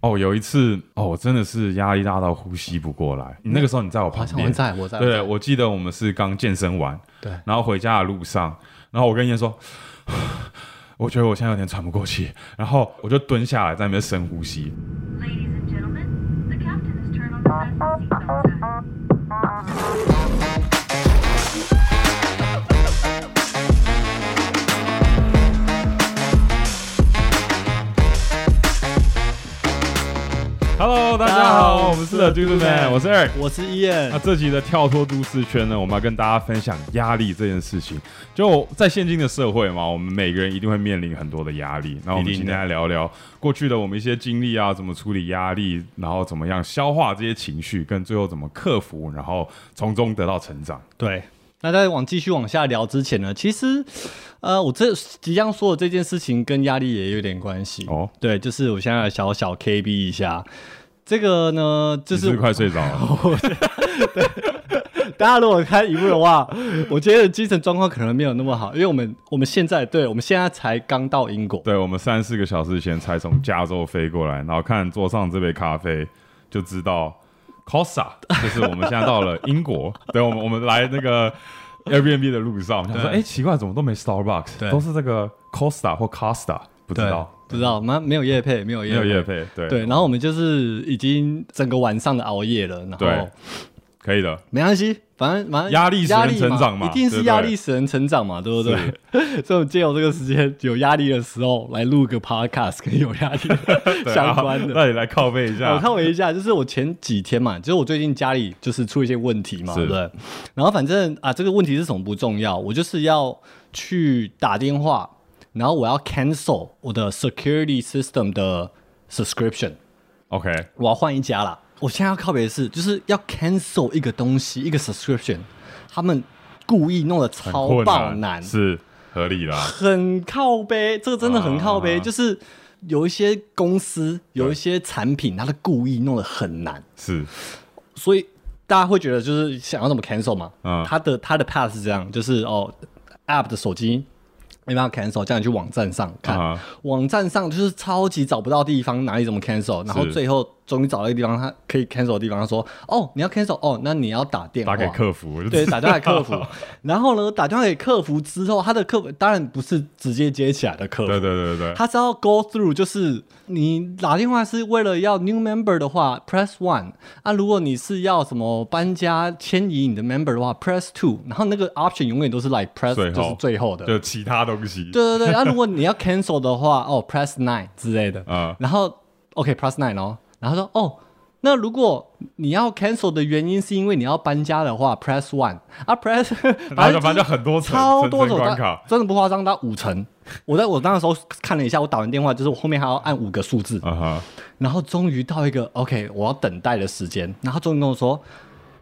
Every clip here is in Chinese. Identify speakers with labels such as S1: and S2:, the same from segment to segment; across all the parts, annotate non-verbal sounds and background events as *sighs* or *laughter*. S1: 哦，有一次哦，我真的是压力大到呼吸不过来。那个时候你在我旁
S2: 嗯好像我
S1: 边，
S2: 在我在，
S1: 对，我记得我们是刚健身完，
S2: 对
S1: 然后回家的路上，然后我跟燕说， *sighs* 我觉得我现在有点喘不过气，然后我就蹲下来在那边深呼吸。
S3: Ladies and gentlemen, the captain has turned on the fasten seatbelt sign.
S1: Hello，大家好，我们是 The d u d Man，我是 Eric。啊
S2: 我是伊
S1: *laughs* 那
S2: 燕，
S1: 这集的跳脱都市圈呢，我们要跟大家分享压力这件事情。就在现今的社会嘛，我们每个人一定会面临很多的压力。那我们
S4: 一定的
S1: 今天来聊聊过去的我们一些经历啊，怎么处理压力，然后怎么样消化这些情绪，跟最后怎么克服，然后从中得到成长。
S2: 对。那在往继续往下聊之前呢，其实，呃，我这即将说的这件事情跟压力也有点关系
S1: 哦
S2: 对，就是我现在小小 KB 一下，这个呢，就
S1: 你是不
S2: 是
S1: 是快睡着了，
S2: 大家如果看一部的话， *laughs* 我觉得精神状况可能没有那么好，因为我们我们现在对我们现在才刚到英国，
S1: 对我们三四个小时前才从加州飞过来，然后看桌上这杯咖啡就知道 Costa，就是我们现在到了英
S2: *laughs*
S1: 国。对，我们我们来那个 Airbnb 的路上，我们想说，哎、
S4: 对
S1: 奇怪，怎么都没 Starbucks，
S4: 对
S1: 都是这个 Costa 或 Costa，不知道，
S2: 不知道吗？没有夜配，没有
S1: 没
S2: 夜
S1: 有夜配，对
S2: 对，然后我们就是已经整个晚上的熬夜了，然后
S1: 对可以的。
S2: 没关系，反正反正
S1: 压力使人
S2: 压力嘛
S1: 成长嘛
S2: 一定
S1: 对
S2: 是
S1: 不对
S2: 压力使人成长嘛，对不对？ *laughs* 所以我们借由这个时间有压力的时候来录个 podcast，跟有
S1: *laughs*
S2: 压力
S1: 对
S2: 相关
S1: 啊
S2: 的。哦
S1: 那你来拷贝一
S2: 我
S1: 下。
S2: 看我一下，就是我前几天嘛，就是我最近家里就是出一些问题嘛，
S1: 是
S2: 对不对？然后反正啊，这个问题是什么不重要，我就是要去打电话，然后我要 cancel 我的 security system 的 subscription，
S1: OK，
S2: 我要换一家啦。我现在要靠别的是，就是要 cancel 一个东西，一个 subscription，他们故意弄得
S1: 很
S2: 超
S1: 困
S2: 爆
S1: 难，
S2: 难，
S1: 是合理啦。
S2: 很靠背，这个真的很靠背，
S1: 啊
S2: 就是有一些公司有一些产品，它的故意弄得很难，
S1: 是
S2: 所以大家会觉得就是想要怎么 cancel 嘛，
S1: 嗯
S2: 它的它的 path 是这样，就是哦 app 的手机。没办法 cancel，叫你去网站上看
S1: 啊
S2: 网站上就是超级找不到地方，哪里怎么 cancel，然后
S1: 是
S2: 最后终于找到一个地方，它可以 cancel 的地方，他说哦你要 cancel，哦那你要打电话
S1: 打给客服，我就
S2: 对，
S1: 知
S2: 打电话
S1: *laughs*
S2: 给客服。然后呢，打电话给客服之后，他的客服当然不是直接接起来的客服，
S1: 对对对 *laughs* 对对，
S2: 他是要 go through，就是你打电话是为了要 new member 的话，press one 啊，如果你是要什么搬家迁移你的 member 的话，press two，然后那个 option 永远都是 like press
S1: 最后
S2: 就是最后的，
S1: 就其他东西。
S2: 对对对。啊，如果你要 cancel 的话， *laughs* 哦，press nine 之类的，
S1: 啊
S2: 然后 OK press nine 哦，然后说哦，那如果你要 cancel 的原因是因为你要搬家的话，press one 啊 press，
S1: 然后
S2: 就
S1: 就 *laughs* 反正就很多层
S2: 超多
S1: 层层
S2: 种
S1: 关
S2: 大
S1: 卡，
S2: 真的不夸张，到五层。我在我那时候看了一下，我打完电话就是我后面还要按五个数字，
S1: 啊哈，
S2: 然后终于到一个 OK 我要等待的时间，然后他终于跟我说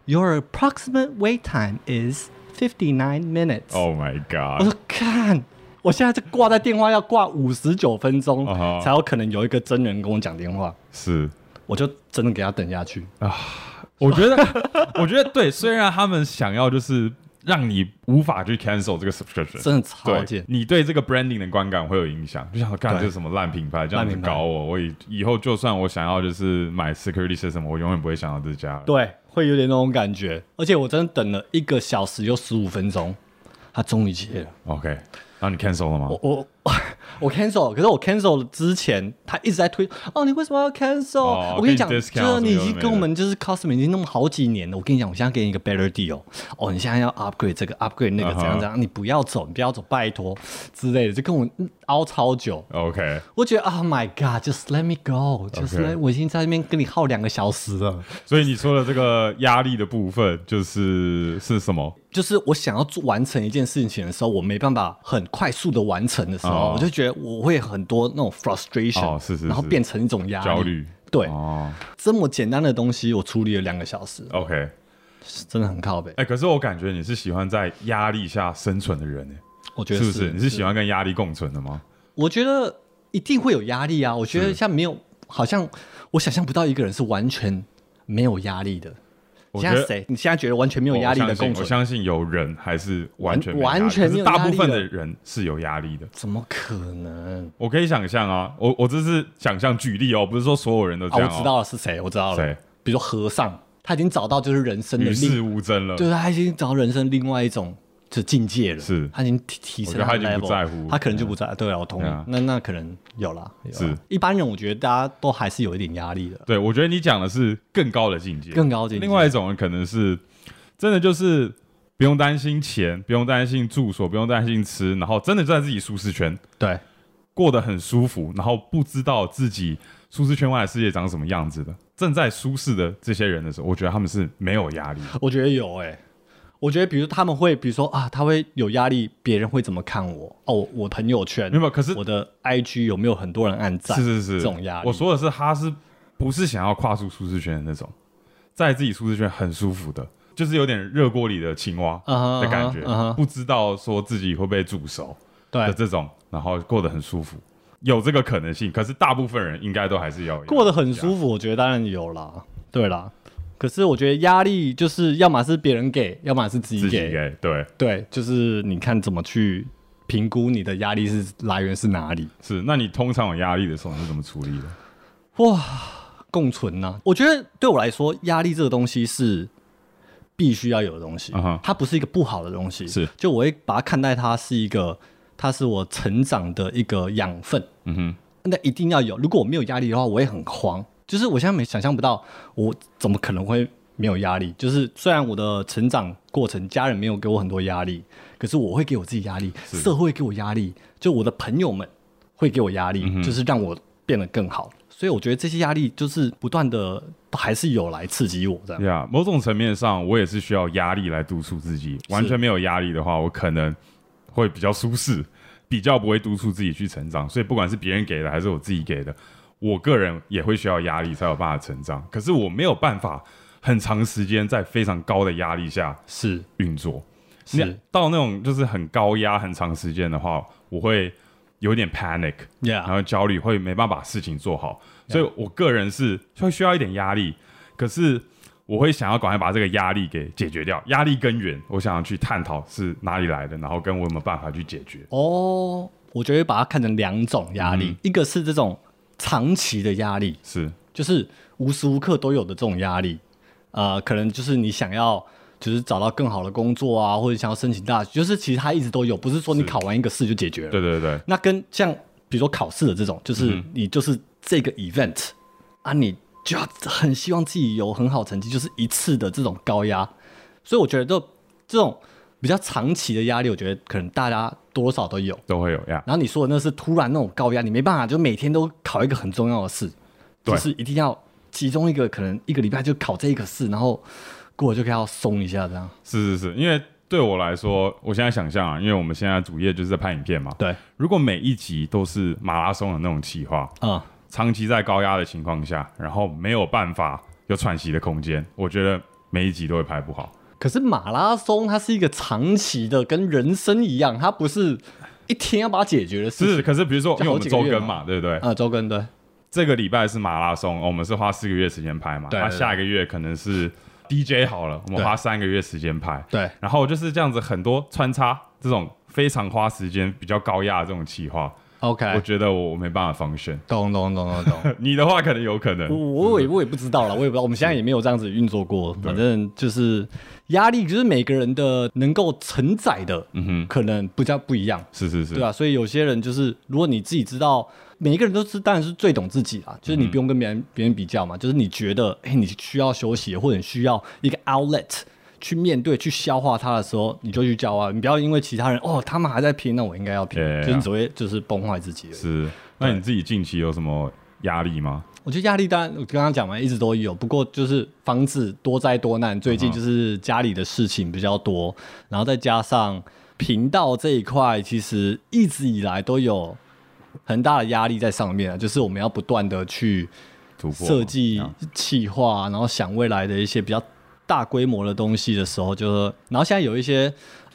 S2: ，Your approximate wait time is fifty nine minutes。
S1: Oh my
S2: 我
S1: god！
S2: 说看，我现在就挂在电话要挂五十九分钟
S1: 啊哈
S2: 才有可能有一个真人跟我讲电话。
S1: 是，
S2: 我就真的给他等下去。
S1: 啊我觉得， *laughs* 我觉得对。虽然他们想要就是让你无法去 cancel 这个 subscription，
S2: 真的超
S1: 对
S2: 贱
S1: 你对这个 branding 的观感会有影响。就想说，干
S2: 对
S1: 这是什么烂品牌，这样子
S2: 烂品牌
S1: 搞我，我以以后就算我想要就是买 security system，我永远不会想到这家。
S2: 对，会有点那种感觉。而且我真的等了一个小时又十五分钟，他终于接了。
S1: ，OK，然后你 cancel 了吗？
S2: 我 *laughs* 我我 cancel，可是我 cancel 之前，他一直在推哦，你为什么要 cancel？、
S1: 哦
S2: 我跟你讲，
S1: 给你
S2: 就是
S1: discount
S2: 你已
S1: 什么有的
S2: 经
S1: 没的
S2: 跟我们就是 customer 已经弄好几年了。我跟你讲，我现在给你一个 better deal，哦，你现在要 upgrade 这个 upgrade 那个
S1: 啊哈
S2: 怎样怎样，你不要走，你不要走，拜托之类的，就跟我嗯凹超久。
S1: OK，
S2: 我觉得 Oh my God，just let me go，just
S1: OK
S2: let，我已经在那边跟你耗两个小时了。
S1: 所以你说的这个压力的部分就是是什么？
S2: 就是我想要做完成一件事情的时候，我没办法很快速的完成的时
S1: 哦
S2: 候，我就觉得我会很多那种 frustration，、
S1: 哦是是是
S2: 然后变成一种压力。
S1: 焦虑。
S2: 对，
S1: 哦
S2: 这么简单的东西，我处理了两个小时，
S1: ，OK，
S2: 真的很靠北。
S1: 哎、可是我感觉你是喜欢在压力下生存的人、欸，
S2: 我觉得
S1: 是不
S2: 是
S1: 是？你是喜欢跟压力共存的吗？
S2: 我觉得一定会有压力啊。我觉得
S1: 是
S2: 像没有，好像我想象不到一个人是完全没有压力的。
S1: 我觉
S2: 现在
S1: 得
S2: 谁？你现在觉得完全没有压力的共
S1: 我相信我
S2: 存，
S1: 相信有人还是完全没压力
S2: 完全没有
S1: 可是大
S2: 压
S1: 部
S2: 力
S1: 分
S2: 的
S1: 的人是有压力的。
S2: 怎么可能？
S1: 我可以想象啊，我我这是想象举例哦，不是说所有人都
S2: 啊，
S1: 这样、
S2: 我
S1: 哦。
S2: 知道了是谁，我知道了
S1: 谁，
S2: 比如说和尚，他已经找到就是人生的
S1: 与世
S2: 另，
S1: 无争了。
S2: 就是他已经找到人生另外一种。就境界了，
S1: 是
S2: 他已经提提升
S1: 我觉得他
S2: 他
S1: 已
S2: 的
S1: 经
S2: level，
S1: 不在乎
S2: 他可能就不在，对啊，我同意
S1: 对啊。
S2: 那那可能有啦，有啦
S1: 是
S2: 一般人，我觉得大家都还是有一点压力的，
S1: 对，我觉得你讲的是更高的境界，
S2: 更高境界
S1: 另外一种人可能是真的就是不用担心钱，不用担心住所，不用担心吃，然后真的就在自己舒适圈
S2: 对，
S1: 过得很舒服，然后不知道自己舒适圈外的世界长什么样子的。正在舒适的这些人的时候，我觉得他们是没有压力
S2: *laughs*
S1: 的。
S2: 我觉得有哎、我觉得比如他们会，比如说啊，他会有压力，别人会怎么看我？哦，我我朋友圈
S1: 没有可是
S2: 我的 IG 有没有很多人按赞？
S1: 是是是，
S2: 这种压力。
S1: 我说的是，他是不是想要跨出舒适圈的那种，在自己舒适圈很舒服的，就是有点热锅里的青蛙
S2: 嗯哼
S1: 的感觉
S2: 嗯哼嗯哼
S1: 不知道说自己会被煮熟的
S2: 对，
S1: 这种，然后过得很舒服，有这个可能性。可是大部分人应该都还是要
S2: 过得很舒服，我觉得当然有啦，对啦。可是我觉得压力就是要么是别人给，要么是自己
S1: 自己
S2: 给。
S1: 给对
S2: 对，就是你看怎么去评估你的压力是来源是哪里。
S1: 是。那你通常有压力的时候，你是怎么处理的？
S2: 哇，共存呐、我觉得对我来说，压力这个东西是必须要有的东西
S1: 嗯哼
S2: 它不是一个不好的东西，
S1: 是
S2: 就我会把它看待它是一个，它是我成长的一个养分，
S1: 嗯哼，
S2: 那一定要有。如果我没有压力的话，我会很慌，就是我现在没想象不到，我怎么可能会没有压力？就是虽然我的成长过程，家人没有给我很多压力，可是我会给我自己压力，
S1: 是
S2: 社会给我压力，就我的朋友们会给我压力，就是让我变得更好。所以我觉得这些压力就是不断的还是有来刺激我这样。
S1: 呀、某种层面上，我也是需要压力来督促自己。完全没有压力的话，我可能会比较舒适，比较不会督促自己去成长。所以，不管是别人给的还是我自己给的，我个人也会需要压力才有办法成长。可是，我没有办法很长时间在非常高的压力下
S2: 是
S1: 运作。
S2: 是
S1: 那到那种就是很高压、很长时间的话，我会有点 panic，然
S2: ，Yeah，
S1: 后焦虑，会没办法把事情做好。所以我个人是会需要一点压力，可是我会想要赶快把这个压力给解决掉，压力根源，我想要去探讨是哪里来的，然后跟我有没有办法去解决。
S2: 哦，我觉得把它看成两种压力，一个是这种长期的压力，
S1: 是
S2: 就是无时无刻都有的这种压力，呃，可能就是你想要就是找到更好的工作啊，或者想要申请大学，就是其实它一直都有，不是说你考完一个试就解决了。
S1: 对对对，
S2: 那跟像比如说考试的这种，就是你就是这个 event、啊，你就要很希望自己有很好成绩，就是一次的这种高压，所以我觉得这这种比较长期的压力，我觉得可能大家多少都有。
S1: 都会有呀。
S2: 然后你说的那是突然那种高压，你没办法，就每天都考一个很重要的试，
S1: 对
S2: 就是一定要其中一个可能一个礼拜就考这一个试，然后过了就该要松一下这样。
S1: 是是是，因为对我来说，我现在想象啊，因为我们现在主业就是在拍影片嘛。
S2: 对，
S1: 如果每一集都是马拉松的那种企划，
S2: 啊、
S1: 长期在高压的情况下，然后没有办法有喘息的空间，我觉得每一集都会拍不好。
S2: 可是马拉松它是一个长期的，跟人生一样，它不是一天要把它解决的事情。
S1: 是，可是比如说，因
S2: 就
S1: 为
S2: 好
S1: 我们
S2: 几个
S1: 周
S2: 月
S1: 更
S2: 嘛
S1: 嘛，对不对？
S2: 啊，周更对，
S1: 这个礼拜是马拉松，哦我们是花四个月时间拍嘛，
S2: 对
S1: 那
S2: 对对
S1: 下一个月可能是 DJ 好了，我们
S2: 对
S1: 花三个月时间拍，
S2: 对
S1: 然后就是这样子很多穿插这种非常花时间、比较高压的这种企划，我
S2: ，OK，
S1: 觉得我我没办法防选。 *laughs*
S2: 懂懂懂懂懂。
S1: 你的话可能有可能，
S2: *laughs* 我我也我也不知道了，我也不知道，我们现在也没有这样子运作过。反正就是压力，就是每个人的能够承载的，嗯哼，可能不叫不一样，
S1: 是是是，
S2: 对啊。所以有些人就是，如果你自己知道，每一个人都是当然是最懂自己啦，
S1: 嗯
S2: 就是你不用跟别人别人比较嘛，就是你觉得哎、诶你需要休息，或者你需要
S1: *laughs*
S2: 一个 outlet。去面对、去消化它的时候，你就去消化，你不要因为其他人哦，他们还在拼，那我应该要拼，
S1: Yeah, yeah,
S2: 就是你只会就是崩坏自己而已。
S1: 是那你自己近期有什么压力吗？
S2: 我觉得压力当然，我刚刚讲嘛，一直都有。不过就是防止多灾多难，最近就是家里的事情比较多，然后再加上频道这一块，其实一直以来都有很大的压力在上面啊，就是我们要不断的去
S1: 突破吗
S2: 设计
S1: 啊
S2: 企划，然后想未来的一些比较大规模的东西的时候，就是，然后现在有一些，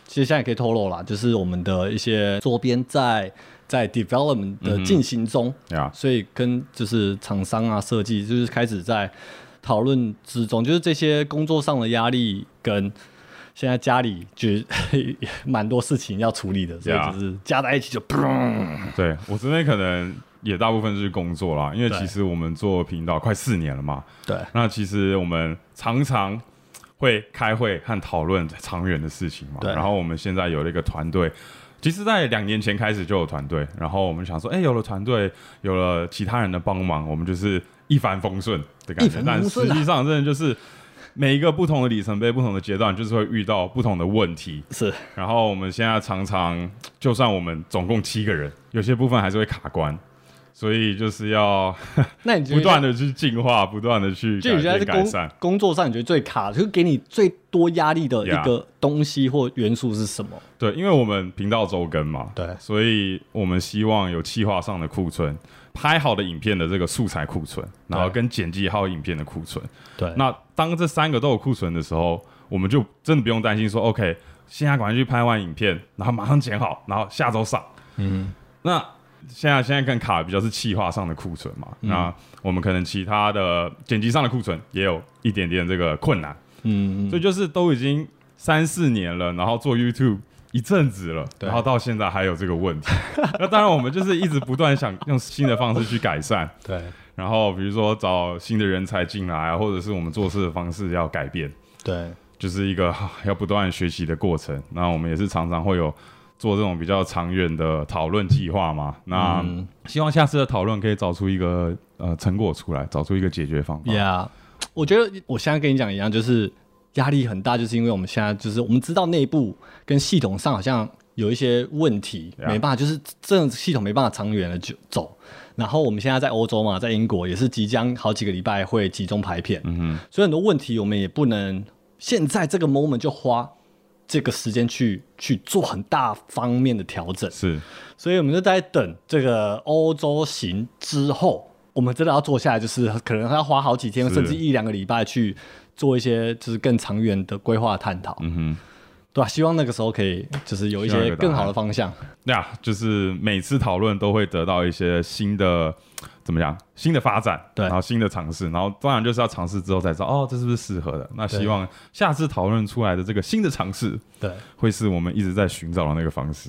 S2: 其实现在也可以透露啦，就是我们的一些周边在在 development 的进行中，
S1: 呀，
S2: 所以跟就是厂商啊设计，就是开始在讨论之中，就是这些工作上的压力跟现在家里就是蛮多事情要处理的，所以
S1: Yeah
S2: 就是加在一起就砰。
S1: 对我这边可能也大部分是工作啦，因为
S2: 对
S1: 其实我们做频道快四年了嘛，
S2: 对，
S1: 那其实我们常常会开会和讨论长远的事情嘛。
S2: 对
S1: 然后我们现在有了一个团队，其实，在两年前开始就有团队。然后我们想说，哎、有了团队，有了其他人的帮忙，我们就是一帆风顺的感
S2: 一
S1: 觉。
S2: 帆
S1: 但
S2: 风
S1: 实
S2: 顺啊
S1: 际上，真的就是每一个不同的里程碑、不同的阶段，就是会遇到不同的问题。
S2: 是
S1: 然后我们现在常常，就算我们总共七个人，有些部分还是会卡关。所以就是要
S2: 那你觉得
S1: 不断的去进化，不断的去
S2: 就你觉
S1: 改
S2: 得
S1: 变
S2: 在
S1: 改
S2: 工
S1: 善。
S2: 工作上你觉得最卡，就是给你最多压力的一
S1: Yeah
S2: 个东西或元素是什么？
S1: 对，因为我们频道周更嘛，
S2: 对
S1: 所以我们希望有企划上的库存，拍好的影片的这个素材库存，然后
S2: 对
S1: 跟剪辑还有影片的库存。
S2: 对
S1: 那当这三个都有库存的时候，我们就真的不用担心说，OK，现在赶快去拍完影片，然后马上剪好，然后下周上。
S2: 嗯，
S1: 那现在现在更卡的比较是企划上的库存嘛，
S2: 嗯
S1: 那我们可能其他的剪辑上的库存也有一点点这个困难。
S2: 嗯，
S1: 所以就是都已经三四年了，然后做 YouTube 一阵子了，
S2: 对
S1: 然后到现在还有这个问题。 *laughs* 那当然，我们就是一直不断想用新的方式去改善，
S2: 对
S1: 然后比如说找新的人才进来啊，或者是我们做事的方式要改变，
S2: 对
S1: 就是一个 *laughs* 啊要不断学习的过程。那我们也是常常会有。做这种比较长远的讨论计划嘛，那
S2: 嗯
S1: 希望下次的讨论可以找出一个呃成果出来，找出一个解决方法。
S2: ，Yeah，我觉得我现在跟你讲一样，就是压力很大，就是因为我们现在就是我们知道内部跟系统上好像有一些问题
S1: Yeah
S2: 没办法，就是这种系统没办法长远的就走。然后我们现在在欧洲嘛，在英国也是即将好几个礼拜会集中排片，
S1: 嗯
S2: 所以很多问题我们也不能现在这个 moment 就花这个时间去去做很大方面的调整
S1: 哼，，是
S2: 所以我们就在等这个欧洲行之后，我们真的要坐下来，就是可能要花好几天，
S1: 是
S2: 甚至一两个礼拜去做一些就是更长远的规划探讨，
S1: 嗯哼。
S2: 对吧、啊希望那个时候可以就是有一
S1: 希望有
S2: 些
S1: 个答案
S2: 更好的方向，
S1: 那、就是每次讨论都会得到一些新的怎么讲，新的发展，
S2: 对
S1: 然后新的尝试，然后当然就是要尝试之后才知道哦，这是不是适合的。那
S2: 对
S1: 希望下次讨论出来的这个新的尝试，
S2: 对。
S1: 会是我们一直在寻找的那个方式。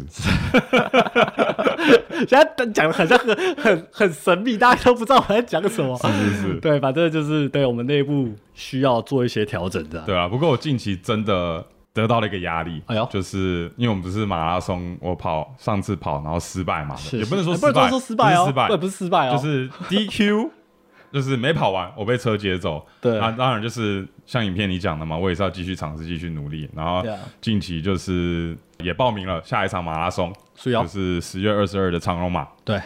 S2: 现在讲的很像很 *laughs* 很很神秘，大家都不知道我在讲什么。
S1: 是是是
S2: 对，反正就是对我们内部需要做一些调整的。
S1: 对啊，不过我近期真的得到了一个压力，
S2: 哎呦
S1: 就是因为我们不是马拉松，我跑上次跑然后失败嘛，
S2: 是，
S1: 也不能说
S2: 哎
S1: 失败，
S2: 不能说失败
S1: 不是
S2: 哦，
S1: 失败，
S2: 对，不是失败哦，
S1: 就是 DQ，就是 *laughs* 没跑完，我被车接走。
S2: 对
S1: 那当然就是像影片你讲的嘛，我也是要继续尝试，继续努力。然后
S2: Yeah
S1: 近期就是也报名了下一场马拉松，
S2: 所以要
S1: 就是十月二十二的长荣马。
S2: 对，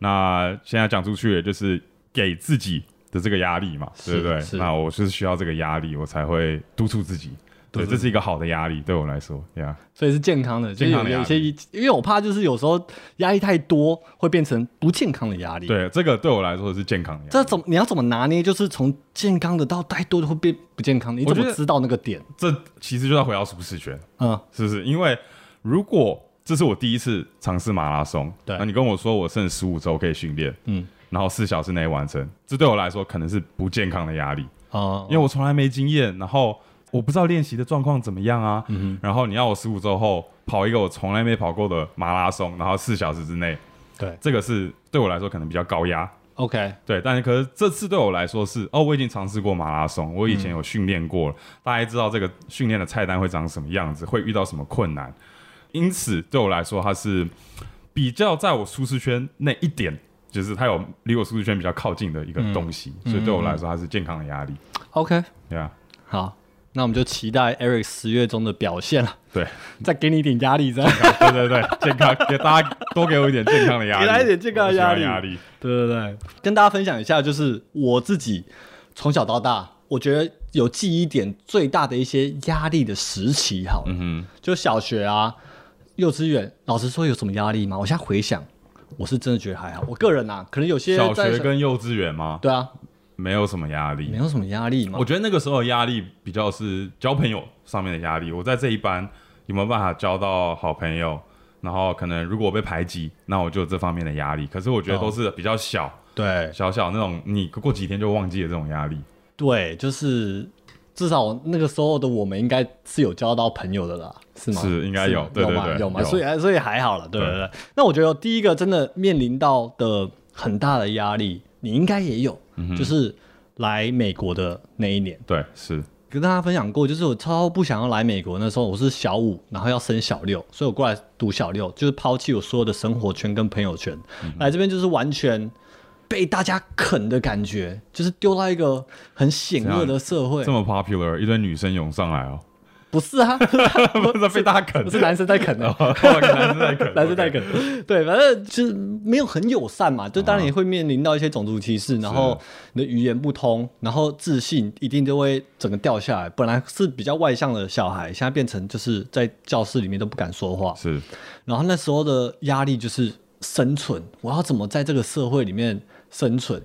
S1: 那现在讲出去，也就是给自己的这个压力嘛，
S2: 是
S1: 对不对
S2: 是？
S1: 那我是需要这个压力，我才会督促自己。对，这是一个好的压力，对我来说，呀、
S2: 所以是健康的，就是
S1: 健康
S2: 有
S1: 的
S2: 有
S1: 压
S2: 一些，因为我怕就是有时候压力太多会变成不健康的压力。，
S1: 对，这个对我来说是健康的压力。
S2: 这怎么你要怎么拿捏？就是从健康的到太多的会变不健康的，你怎
S1: 我觉
S2: 么
S1: 得
S2: 知道那个点？
S1: 这其实就要回到舒适圈。
S2: 嗯，
S1: 是不是？因为如果这是我第一次尝试马拉松，
S2: 对
S1: 那你跟我说我剩十五周可以训练，
S2: 嗯，
S1: 然后四小时内完成，这对我来说可能是不健康的压力，
S2: 哦
S1: 因为我从来没经验，然后我不知道练习的状况怎么样啊，
S2: 嗯
S1: 然后你要我十五周后跑一个我从来没跑过的马拉松，然后四小时之内，
S2: 对
S1: 这个是对我来说可能比较高压。
S2: ，OK，
S1: 对，但是可是这次对我来说是哦，我已经尝试过马拉松，我以
S2: 嗯
S1: 前有训练过了，大概知道这个训练的菜单会长什么样子，会遇到什么困难，因此对我来说，它是比较在我舒适圈那一点，就是它有离我舒适圈比较靠近的一个东西，
S2: 嗯
S1: 所以对我来说，它是健康的压力，
S2: ，OK，
S1: 对啊，
S2: 好，那我们就期待 Eric 十月中的表现了，
S1: 对，
S2: *laughs* 再给你一点压
S1: *laughs*
S2: 力，这样。
S1: 对对对，健康给大家多给我一点健康的压力，
S2: 给大家一点健康的压
S1: 我
S2: 力
S1: 喜欢压力，
S2: 对对对，跟大家分享一下，就是我自己从小到大，我觉得有记忆点最大的一些压力的时期，好了，
S1: 嗯
S2: 就小学啊、幼稚园。老实说，有什么压力吗？我现在回想，我是真的觉得还好。我个人啊，可能有
S1: 哼，
S2: 些
S1: 小
S2: 在
S1: 学跟幼稚园吗？
S2: 对啊，
S1: 没有什么压力，
S2: 没有什么压力嘛
S1: 我。觉得那个时候的压力比较是交朋友上面的压力。我在这一班有没有办法交到好朋友？然后可能如果我被排挤，那我就有这方面的压力。可是我觉得都是比较小、
S2: 对
S1: 小小那种，你过几天就忘记的这种压力。
S2: 对，就是至少那个时候的我们应该是有交到朋友的啦，是吗？
S1: 是应该有对对
S2: 吗
S1: 对
S2: 有吗？
S1: 有
S2: 所以所以还好了，对对
S1: 对
S2: 对。那我觉得第一个真的面临到的很大的压力，你应该也有，
S1: 嗯
S2: 就是来美国的那一年。
S1: 对，是，
S2: 跟大家分享过，就是我超不想要来美国。那时候我是小五，然后要升小六，所以我过来读小六，就是抛弃我所有的生活圈跟朋友圈，来这边就是完全被大家啃的感觉，就是丢到一个很险恶的社会
S1: 这。么 popular，一堆女生涌上来哦，
S2: 不是
S1: *laughs*
S2: 啊，
S1: 不是被大家啃哦
S2: 不，是男生在啃的、
S1: 男生在啃，
S2: 男生在
S1: OK
S2: 梗，对，反正就是没有很友善嘛，就当然也会面临到一些种族歧视，然后你的语言不通，然后自信一定就会整个掉下来。本来是比较外向的小孩，现在变成就是在教室里面都不敢说话，
S1: 是，
S2: 然后那时候的压力就是生存，我要怎么在这个社会里面生存？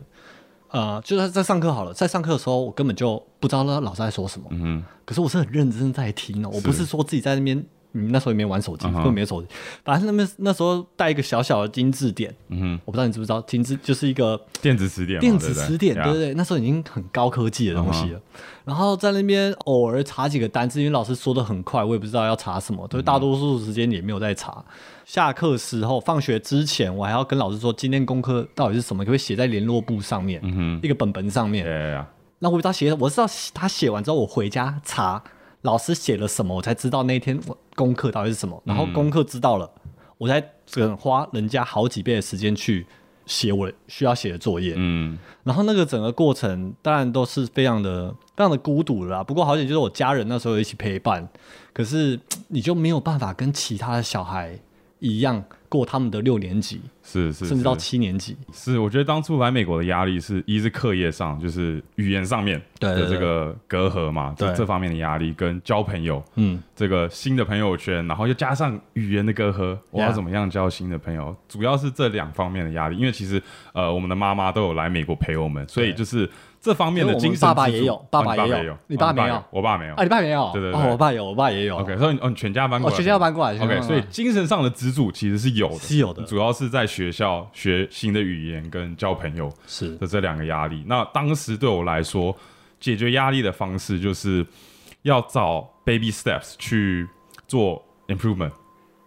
S2: 呃，就是在上课好了，在上课的时候，我根本就不知道那老师在说什么，
S1: 嗯哼，
S2: 可是我是很认真在听哦，我不是说自己在那边，嗯，那时候也没玩手机，
S1: 嗯哼
S2: 根本没有手机，反正那边那时候带一个小小的金字典，
S1: 嗯哼，
S2: 我不知道你知不知道，金字就是一个
S1: 电子词典嘛，
S2: 电子
S1: 对不对
S2: 词典，对不
S1: Yeah，嗯
S2: 对？那时候已经很高科技的东西了。然后在那边偶尔查几个单词，因为老师说的很快，我也不知道要查什么，
S1: 嗯
S2: 对，大多数时间也没有在查。下课时候，放学之前，我还要跟老师说今天功课到底是什么，可不可以写在联络簿上面，
S1: 嗯
S2: 一个本本上面。
S1: ，yeah，yeah，yeah，
S2: 那我不知道写，我知道他写完之后，我回家查老师写了什么，我才知道那一天我功课到底是什么。
S1: 嗯
S2: 然后功课知道了，我才整花人家好几倍的时间去写我需要写的作业。
S1: 嗯，
S2: 然后那个整个过程当然都是非常的、非常的孤独的啦。不过好险就是我家人那时候有一起陪伴，可是你就没有办法跟其他的小孩一样过他们的六年级，
S1: 是是，
S2: 甚至到
S1: 是
S2: 七年级。
S1: 是，我觉得当初来美国的压力是，一是课业上，就是语言上面
S2: 对对
S1: 的这个隔阂嘛，
S2: 对
S1: 这这方面的压力，跟交朋友，
S2: 嗯，
S1: 这个新的朋友圈，然后又加上语言的隔阂，我
S2: Yeah
S1: 要怎么样交新的朋友？主要是这两方面的压力，因为其实呃，我们的妈妈都有来美国陪我们，所以就是这方面的
S2: 因为我们
S1: 精神支柱。
S2: 爸爸也有爸
S1: 哦
S2: 爸
S1: 你
S2: 也有
S1: 也有，
S2: 你
S1: 哦
S2: 爸
S1: 你
S2: 没有
S1: 我爸没有
S2: 啊，你爸没有？
S1: 对对
S2: 哦，
S1: 对
S2: 我爸有，我爸也有。
S1: OK，所以你哦，你全家搬过
S2: 哦，
S1: 来，
S2: 全家搬过来。全家搬
S1: OK，
S2: 过
S1: 所
S2: 来
S1: 以精神上的支柱其实是有的，
S2: 是有的
S1: 主要是在学校学新的语言跟交朋友
S2: 是
S1: 的这两个压力。那当时对我来说，解决压力的方式就是要找 baby steps 去做 improvement。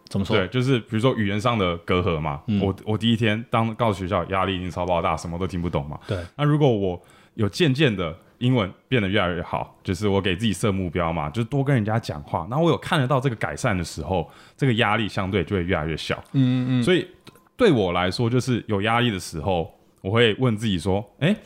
S2: 怎么说？
S1: 对，就是比如说语言上的隔阂嘛，
S2: 嗯
S1: 我我第一天当到学校压力已经超爆大，什么都听不懂嘛。
S2: 对，
S1: 那如果我有渐渐的英文变得越来越好，就是我给自己设目标嘛，就是多跟人家讲话。那我有看得到这个改善的时候，这个压力相对就会越来越小。
S2: 嗯嗯嗯，
S1: 所以对我来说，就是有压力的时候，我会问自己说：“哎、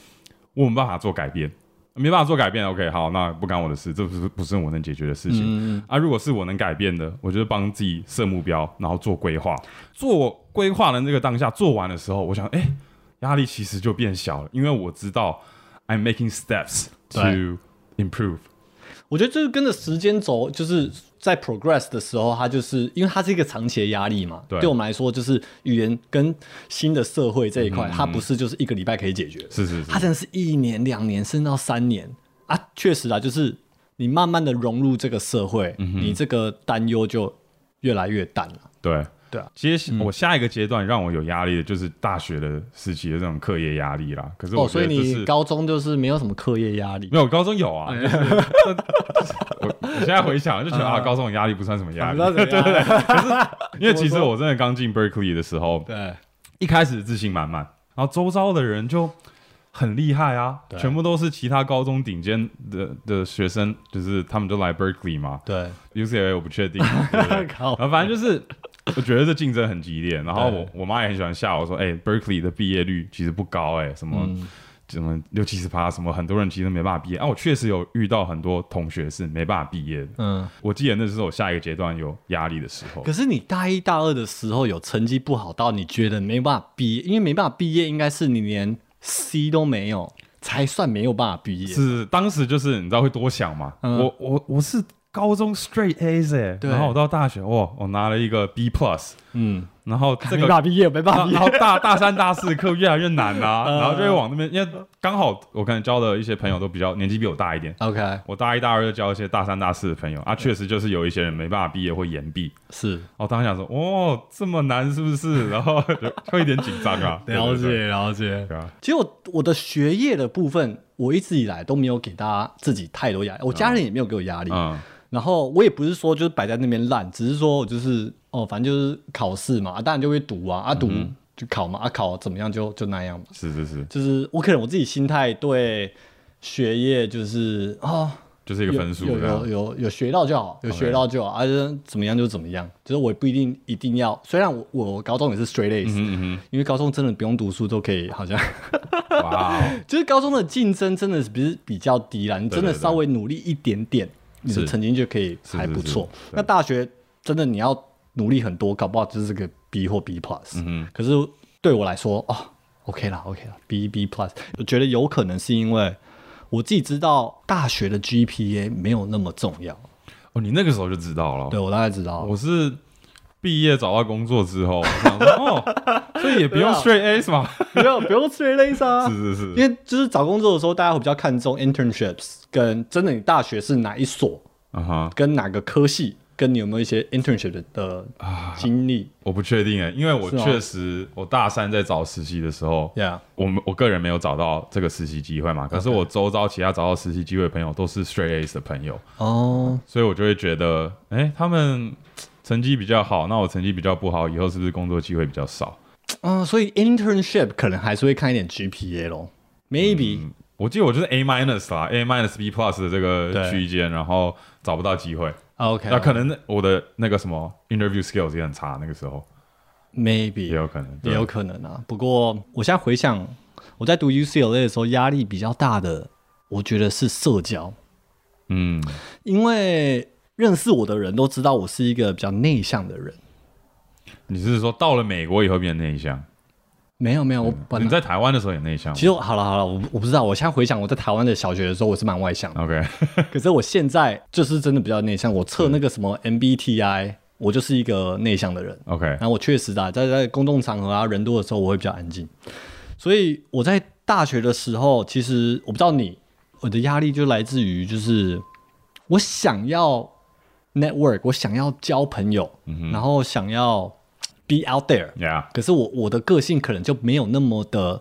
S1: 我有没有办法做改变？没办法做改变，OK，好，那不干我的事，这不是不是我能解决的事
S2: 嗯
S1: 情、啊。如果是我能改变的，我就是帮自己设目标，然后做规划。做规划的那个当下，做完的时候，我想，哎、压力其实就变小了，因为我知道 I'm making steps
S2: 对
S1: to improve。
S2: 我觉得这个跟着时间轴，就是在 progress 的时候，它就是因为它是一个长期的压力嘛。
S1: 对
S2: 我们来说，就是语言跟新的社会这一
S1: 嗯
S2: 块，它不是就是一个礼拜可以解决的，
S1: 是是是
S2: 它真的是一年、两年，甚至到三年啊。确实啊，就是你慢慢的融入这个社会，
S1: 嗯
S2: 你这个担忧就越来越淡了。
S1: 对
S2: 对啊
S1: 接下我下一个阶段让我有压力的就是大学的时期的这种课业压力啦。可是
S2: 哦，
S1: 我觉
S2: 所以
S1: 得这是、
S2: 你高中就是没有什么课业压力，
S1: 没有高中有啊，就是 *laughs* 我我现在回想就觉得啊，高中的压力不算什么
S2: *laughs*
S1: 压力，
S2: 对对对
S1: *laughs* 因为其实我真的刚进 Berkeley 的时候，
S2: 对，
S1: 一开始自信满满，然后周遭的人就很厉害啊，
S2: 对
S1: 全部都是其他高中顶尖的的学生，就是他们都来 Berkeley 嘛
S2: 对
S1: ，UCLA 我不确定，对不对
S2: *laughs* 靠
S1: *laughs* 然后反正就是，我觉得这竞争很激烈。然后我
S2: 对
S1: 我妈也很喜欢吓我说，哎、b e r k e l e y 的毕业率其实不高、哎，什么、什么六七十趴，什么很多人其实没办法毕业。啊，我确实有遇到很多同学是没办法毕业的。
S2: 嗯。
S1: 我记得那是我下一个阶段有压力的时候
S2: 可，是你大一大二的时候有成绩不好到你觉得没办法毕业，因为没办法毕业应该是你连 C 都没有才算没有办法毕业。
S1: 是当时就是你知道会多想嘛，
S2: 嗯
S1: 我我我是高中 straight A's 哎、
S2: 对
S1: 然后我到大学哇，我拿了一个 B plus。
S2: 嗯，
S1: 然后这
S2: 没
S1: 个
S2: 办法毕业，没办法
S1: 然 *laughs*
S2: 毕
S1: 然
S2: 业。
S1: 后大大三、大四课越来越难啊，
S2: 嗯
S1: 然后就会往那边，因为刚好我可能交的一些朋友都比较年纪比我大一点，
S2: OK，
S1: 我大一、大二就交一些大三、大四的朋友
S2: 嗯
S1: 啊，确实就是有一些人没办法毕业或延毕。
S2: 是
S1: 哦，当时想说，哦，这么难是不是？ *laughs* 然后就会有点紧张啊。对
S2: *laughs* 了，
S1: 对对
S2: 解了解。
S1: 对啊，
S2: 其实我我的学业的部分，我一直以来都没有给大家自己太多压力，我家人也没有给我压力。
S1: 嗯，
S2: 然后我也不是说就是摆在那边烂，只是说我就是哦，反正就是考试嘛，啊、当然就会读啊，啊读就考嘛，啊考怎么样就就那样嘛。
S1: 是是是，
S2: 就是我可能我自己心态对学业就是哦，
S1: 就是一个
S2: 有
S1: 分数
S2: 有
S1: 这样
S2: 有。有有学到就好，有学到就好，啊就是怎么样就怎么样，就是我也不一定一定要，虽然我我高中也是 straight A's，、
S1: 嗯嗯
S2: 因为高中真的不用读书都可以，好像
S1: 嗯，哇哦，
S2: 就是高中的竞争真的是比比较低啦，你
S1: 对
S2: 真的
S1: 对对
S2: 稍微努力一点点，你的
S1: 是
S2: 成绩就可以
S1: 是
S2: 还
S1: 是
S2: 不
S1: 是
S2: 错。
S1: 对
S2: 那大学真的你要努力很多，搞不好就是个 B 或 B plus、
S1: 嗯
S2: 可是对我来说，哦，OK 啦，OK 啦，B B plus，我觉得有可能是因为我自己知道大学的 GPA 没有那么重要，
S1: 哼，哦，你那个时候就知道了。
S2: 对我大概知道。
S1: 我是毕业找到工作之后，我想说，哦，所以也不用 straight A 是
S2: *laughs*
S1: 吗？
S2: 不要不用催泪
S1: *laughs*
S2: 杀
S1: 是是是，
S2: 因为就是找工作的时候，大家会比较看重 internships，跟真的你大学是哪一所，
S1: 啊哈，
S2: 跟哪个科系，跟你有没有一些 internship 的的
S1: 啊
S2: 经历
S1: 我不确定哎、因为我
S2: 是吗
S1: 确实我大三在找实习的时候，
S2: ？Yeah，
S1: 我们我个人没有找到这个实习机会嘛，可是我周遭其他找到实习机会的朋友都是 straight A's 的朋友，
S2: 哦，
S1: 所以我就会觉得，哎、他们嘖成绩比较好，那我成绩比较不好，以后是不是工作机会比较少？
S2: 嗯，所以 internship 可能还是会看一点 GPA 咯，maybe，
S1: 我记得我就是 A minus 啦，A minus B plus 的这
S2: 对
S1: 个区间，然后找不到机会，
S2: 啊 OK，
S1: 那可能我的那个什么 interview skills 也很差，那个时候
S2: maybe
S1: 也有可能，
S2: 也有可能啊。不过我现在回想，我在读 UCLA 的时候，压力比较大的，我觉得是社交，
S1: 嗯，
S2: 因为认识我的人都知道我是一个比较内向的人。
S1: 你是说到了美国以后变内向？
S2: 没有没有，我本
S1: 嗯你
S2: 来
S1: 在台湾的时候也内向吗？
S2: 其实我好了好了，我我不知道，我现在回想我在台湾的小学的时候，我是蛮外向的，
S1: OK， *laughs*
S2: 可是我现在就是真的比较内向。我测那个什么 MBTI，我就是一个内向的人。
S1: OK， *laughs*
S2: 然后我确实啊，在在公众场合啊人多的时候，我会比较安静。所以我在大学的时候，其实我不知道你，我的压力就来自于就是我想要 network，我想要交朋友，然后想要 be out there。
S1: Yeah，
S2: 可是我我的个性可能就没有那么的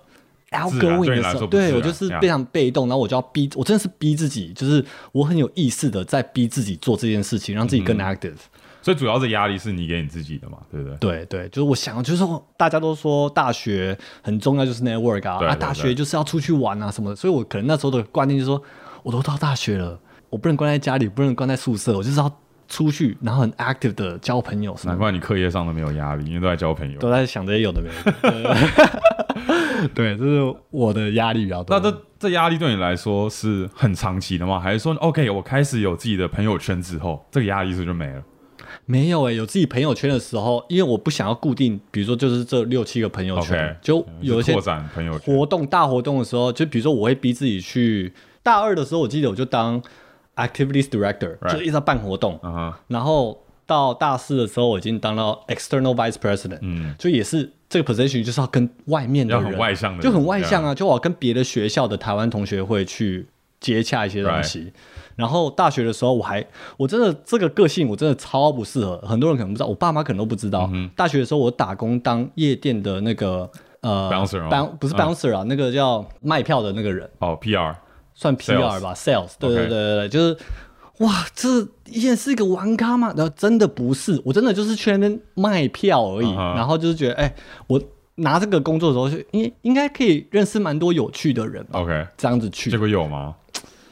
S1: 然
S2: outgoing
S1: 对
S2: 的
S1: 你
S2: 时
S1: 来
S2: 候，
S1: 说不自
S2: 对
S1: 然
S2: 我就是
S1: yeah
S2: 非常被动，然后我就要逼，我真的是逼自己，就是我很有意识的在逼自己做这件事情，让自己
S1: 嗯
S2: 更 active。
S1: 所以主要的压力是你给你自己的嘛，对不对？
S2: 对对，就是我想，就是说大家都说大学很重要，就是 network 啊，
S1: 对
S2: 啊
S1: 对
S2: 大
S1: 对
S2: 学就是要出去玩啊什么的，所以我可能那时候的观念就是说，我都到大学了，我不能关在家里，不能关在宿舍，我就是要出去，然后很 active 的交朋友什么
S1: 难
S2: 的。
S1: 怪你课业上都没有压力，因为都在交朋友。
S2: 都在想这些有的没的， *laughs* 对，这是我的压力比较多。
S1: 那这这压力对你来说是很长期的吗？还是说 OK，我开始有自己的朋友圈之后，这个压力是不是就没了？
S2: 哦没有欸诶、有自己朋友圈的时候，因为我不想要固定，比如说就是这六七个朋友圈
S1: OK，
S2: 就有一
S1: 是
S2: 些
S1: 拓展朋友圈。
S2: 活动大活动的时候，就比如说我会逼自己去。大二的时候，我记得我就当 activities director，、
S1: Right
S2: 就一直在办活动。
S1: 嗯哼，
S2: 然后到大四的时候，我已经当到 external vice president，
S1: 嗯
S2: 就也是这个 position 就是要跟外面的
S1: 要
S2: 人，
S1: 很外向的人
S2: 就很外向啊，就我要跟别的学校的台湾同学会去接洽一些东西。然后大学的时候，我还我真的这个个性我真的超不适合，很多人可能不知道，我爸妈可能都不知道。
S1: 嗯
S2: 大学的时候，我打工当夜店的那个呃
S1: Bouncer 吗
S2: ，boun- 不
S1: 嗯
S2: 是 bouncer 啊，那个叫卖票的那个人，
S1: 哦，PR
S2: 算 PR 吧，sales，对对对
S1: OK
S2: 对对，就是哇，这依然是一个玩咖吗？然后真的不是，我真的就是去那边卖票而已
S1: 嗯哼
S2: 然后就是觉得，哎、我拿这个工作的时候，就应应该可以认识蛮多有趣的人吧
S1: OK，
S2: 这样子去
S1: *laughs* 结，果有吗？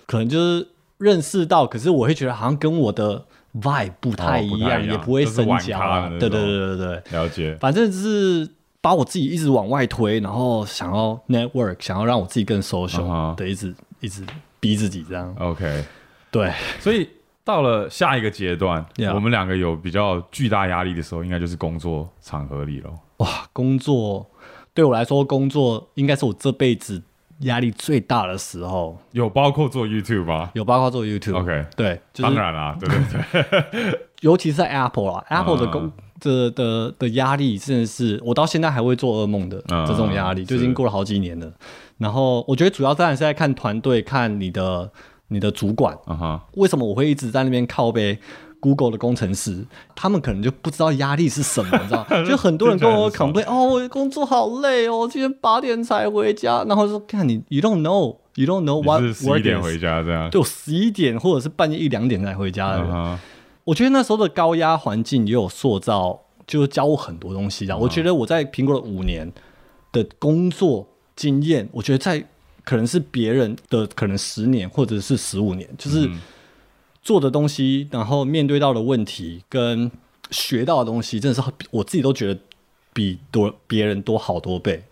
S2: 可能就是认识到，可是我会觉得好像跟我的 vibe 不太一
S1: 哦不太
S2: 样，
S1: 一样
S2: 也不会深
S1: 就是
S2: 交、
S1: 玩咖
S2: 啊
S1: 的，那
S2: 对
S1: 种
S2: 对对对对，
S1: 了解，
S2: 反正就是把我自己一直往外推，然后想要 network，想要让我自己更 social
S1: 嗯哼
S2: 的，一直一直逼自己这样，
S1: OK。
S2: 对。
S1: 所以到了下一个阶段
S2: Yeah
S1: 我们两个有比较巨大压力的时候，应该就是工作场合里咯。
S2: 哇，工作对我来说，工作应该是我这辈子压力最大的时候，
S1: 有包括做 YouTube 吗
S2: 有包括做 YouTube。
S1: ？OK，
S2: 对，就是 *laughs*
S1: 当然啦，对对对，嗯
S2: 尤其是在 Apple 啦，Apple 的工、的的的压力，真的是我到现在还会做噩梦的、
S1: 嗯
S2: 这种压力，就已经
S1: 是
S2: 过了好几年了。然后我觉得主要当然是在看团队，看你的你的主管，
S1: 啊哈，
S2: 为什么我会一直在那边靠背 Google 的工程师？他们可能就不知道压力是什么，你知
S1: *laughs*
S2: 道？就很多人跟我
S1: 听
S2: complain，哦，我工作好累哦，今天八点才回家，然后说，看你，you don't know，you don't know
S1: 你
S2: what
S1: 是十一点
S2: work is
S1: 回家这样，
S2: 对，我十一点或者是半夜一两点才回家的人。
S1: 啊哈，
S2: 我觉得那时候的高压环境也有塑造，就是教我很多东西的。我觉得我在苹果的五年的工作经验，我觉得在可能是别人的可能十年或者是十五年，就是做的东西，然后面对到的问题跟学到的东西，真的是很我自己都觉得比多别人多好多倍。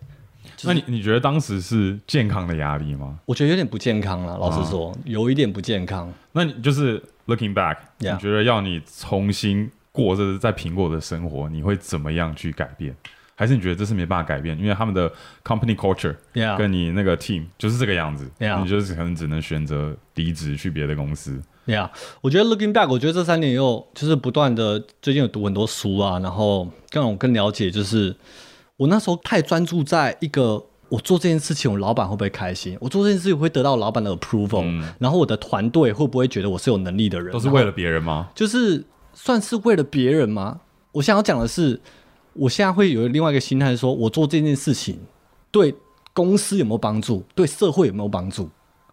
S1: 那你你觉得当时是健康的压力吗？
S2: 我觉得有点不健康了，老实说，有一点不健康。
S1: 那你就是 looking back，你
S2: Yeah
S1: 觉得要你重新过这是在苹果的生活，你会怎么样去改变？还是你觉得这是没办法改变，因为他们的 company culture
S2: Yeah
S1: 跟你那个 team 就是这个样子
S2: Yeah
S1: 你就是可能只能选择离职去别的公司。
S2: Yeah，我觉得 looking back，我觉得这三年又就是不断的，最近有读很多书啊，然后让我更了解，就是我那时候太专注在一个我做这件事情，我老板会不会开心，我做这件事情会得到老板的 approval，、然后我的团队会不会觉得我是有能力的人，
S1: 嗯都是为了别人吗？
S2: 就是算是为了别人吗？我想要讲的是，我现在会有另外一个心态说，我做这件事情对公司有没有帮助，对社会有没有帮助？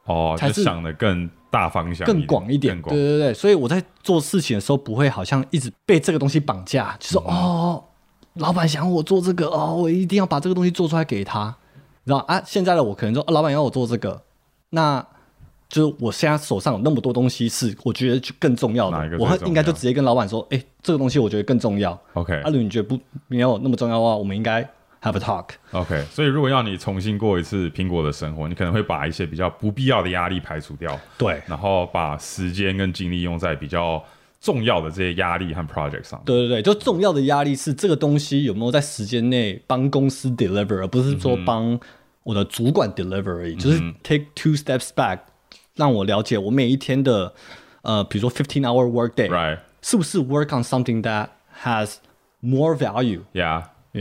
S1: 哦，
S2: 才
S1: 就是想的更大方向，
S2: 更广一点
S1: 更，
S2: 对
S1: 广。
S2: 对对，所以我在做事情的时候不会好像一直被这个东西绑架，就是、
S1: 嗯
S2: 哦，老板想我做这个哦，我一定要把这个东西做出来给他，然后啊，现在的我可能说、哦老板要我做这个，那就是我现在手上有那么多东西是我觉得就更重要的，
S1: 哪一个最
S2: 我会
S1: 重
S2: 应该就
S1: 要
S2: 直接跟老板说，哎，这个东西我觉得更重要，
S1: OK
S2: 啊，如果你觉得不没有那么重要的话，我们应该 have a talk。
S1: OK，所以如果要你重新过一次苹果的生活，你可能会把一些比较不必要的压力排除掉，
S2: 对
S1: 然后把时间跟精力用在比较重要的这些压力和 project 上。
S2: 对对对，就重要的压力是这个东西有没有在时间内帮公司 deliver，而不是
S1: 嗯
S2: 说帮我的主管 deliver 而已。就是 take two steps back，让我了解我每一天的呃，比如说 fifteen hour work day，、
S1: ，Right，Yeah，
S2: 是不是 work on something that has more value？You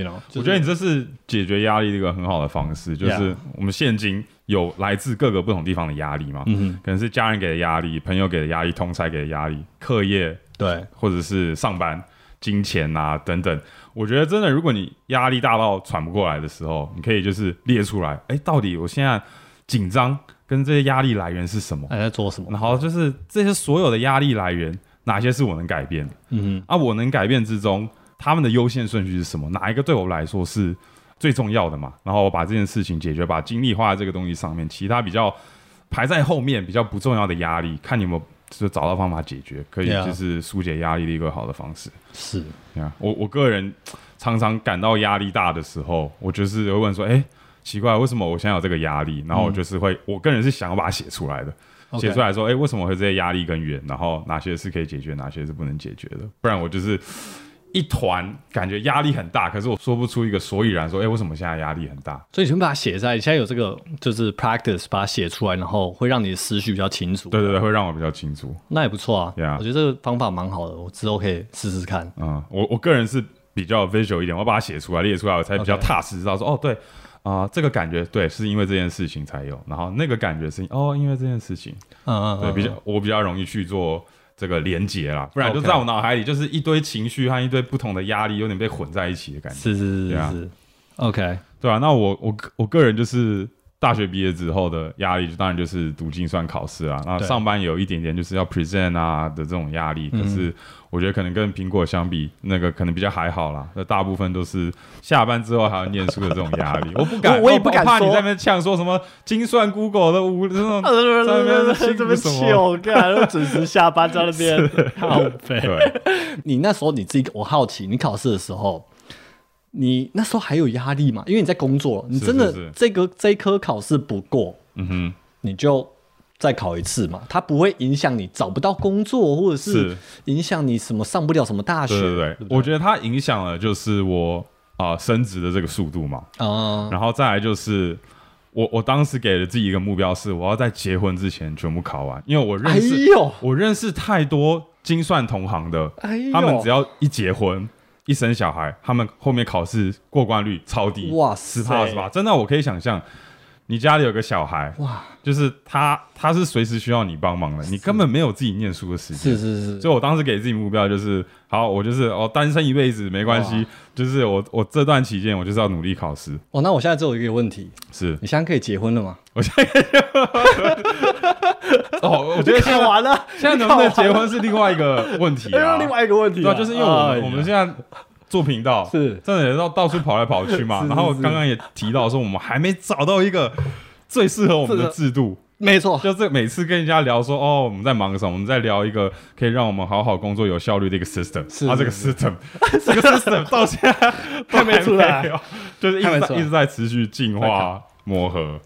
S2: know，
S1: 我觉得你这是解决压力的一个很好的方式，就是
S2: Yeah
S1: 我们现今有来自各个不同地方的压力嘛，嗯、可能是家人给的压力、朋友给的压力、同才给的压力、课业
S2: 对
S1: 或者是上班、金钱啊等等。我觉得真的，如果你压力大到喘不过来的时候，你可以就是列出来，哎、到底我现在紧张跟这些压力来源是什么？
S2: 哎还在做什么
S1: 然后就是这些所有的压力来源，哪些是我能改变的？嗯，啊，我能改变之中，他们的优先顺序是什么？哪一个对我来说是最重要的嘛？然后我把这件事情解决，把精力花在这个东西上面，其他比较排在后面、比较不重要的压力，看你有没有就是找到方法解决，可以
S2: Yeah
S1: 就是疏解压力的一个好的方式。
S2: 是。
S1: 对啊，我我个人常常感到压力大的时候，我就是会问说，哎、奇怪，为什么我现在有这个压力？然后我就是会，我个人是想要把它写出来的，
S2: OK
S1: 写出来说，哎、为什么会这些压力根源？然后哪些是可以解决，哪些是不能解决的？不然我就是一团感觉压力很大，可是我说不出一个所以然，说，哎、为什么现在压力很大？
S2: 所以你全部把它写在，现在有这个就是 practice，把它写出来，然后会让你的思绪比较清楚。
S1: 对对对，会让我比较清楚。
S2: 那也不错啊
S1: Yeah
S2: 我觉得这个方法蛮好的，我之后可以试试看。
S1: 嗯，我我个人是比较 visual 一点，我要把它写出来、列出来，我才比较
S2: OK
S1: 踏实，知道说哦，对啊、这个感觉对，是因为这件事情才有，然后那个感觉是哦，因为这件事情，
S2: 嗯嗯
S1: 对，比较我比较容易去做这个连结啦，不然就
S2: OK
S1: 在我脑海里就是一堆情绪和一堆不同的压力，有点被混在一起的感觉，
S2: 是是是
S1: 对啊
S2: 是，OK，
S1: 对啊，那我我我个人就是。大学毕业之后的压力，就当然就是读精算考试啊。那
S2: 对
S1: 上班有一点点就是要 present 啊的这种压力，可
S2: 嗯
S1: 是我觉得可能跟苹果相比，那个可能比较还好啦。那大部分都是下班之后还要念书的这种压力，我不敢，
S2: 我我也不敢
S1: 怕你
S2: 说
S1: 在那边呛说什么精算 Google 的无这
S2: *laughs*
S1: 种，在那边
S2: 呃这
S1: 辛苦
S2: 么
S1: 什么？
S2: 糗，干准时下班在
S1: *laughs*
S2: 那边靠背。
S1: 对，
S2: 你那时候你自己，我好奇，你考试的时候，你那时候还有压力吗？因为你在工作，你
S1: 是
S2: 真的
S1: 是是
S2: 这个这一科考试不过，
S1: 嗯哼，
S2: 你就再考一次嘛，它不会影响你找不到工作，或者是
S1: 是
S2: 影响你什么上不了什么大学。
S1: 对对对，我觉得它影响了就是我啊、升职的这个速度嘛。
S2: 得啊，
S1: 然后再来就是，我我当时给了自己一个目标是，我要在结婚之前全部考完，因为我认识、
S2: 哎呦
S1: 我认识太多精算同行的，
S2: 哎呦
S1: 他们只要一结婚，一生小孩，他们后面考试过关率超低，
S2: 哇
S1: 十
S2: 塞
S1: 趴是吧？真的，我可以想象，你家里有个小孩，
S2: 哇，
S1: 就是他他是随时需要你帮忙的，你根本没有自己念书的时间。
S2: 是是是，
S1: 所以我当时给自己目标就是，好，我就是哦，单身一辈子没关系
S2: 哇，
S1: 就是我我这段期间我就是要努力考试，
S2: 哦，那我现在只有一个问题，
S1: 是
S2: 你现在可以结婚了吗？
S1: *laughs* 哦，我觉得现在
S2: *laughs* 完了，
S1: 现在能不能结婚是另外一个问题
S2: *laughs* 又
S1: 啊
S2: 是，另外一个问题
S1: 对
S2: 啊，
S1: 啊，就是因为我
S2: 哎
S1: 们
S2: 呀
S1: 我们现在做频道
S2: 是
S1: 真的也到到处跑来跑去嘛
S2: 是，是
S1: 然后
S2: 是
S1: 刚刚也提到说我们还没找到一个最适合我们的
S2: 是的
S1: 制
S2: *laughs*
S1: 度，
S2: 没错，
S1: 就这每次跟人家聊说哦我们在忙什么，我们在聊一个可以让我们好好工作有效率的一个 system，
S2: 是
S1: 啊这个 system 这个 system 到现在都
S2: *laughs* 还没出来
S1: 没有， *laughs* 就是一
S2: 还
S1: 直在
S2: 没出来
S1: 一直在持续进
S2: *laughs* 快
S1: 化磨合，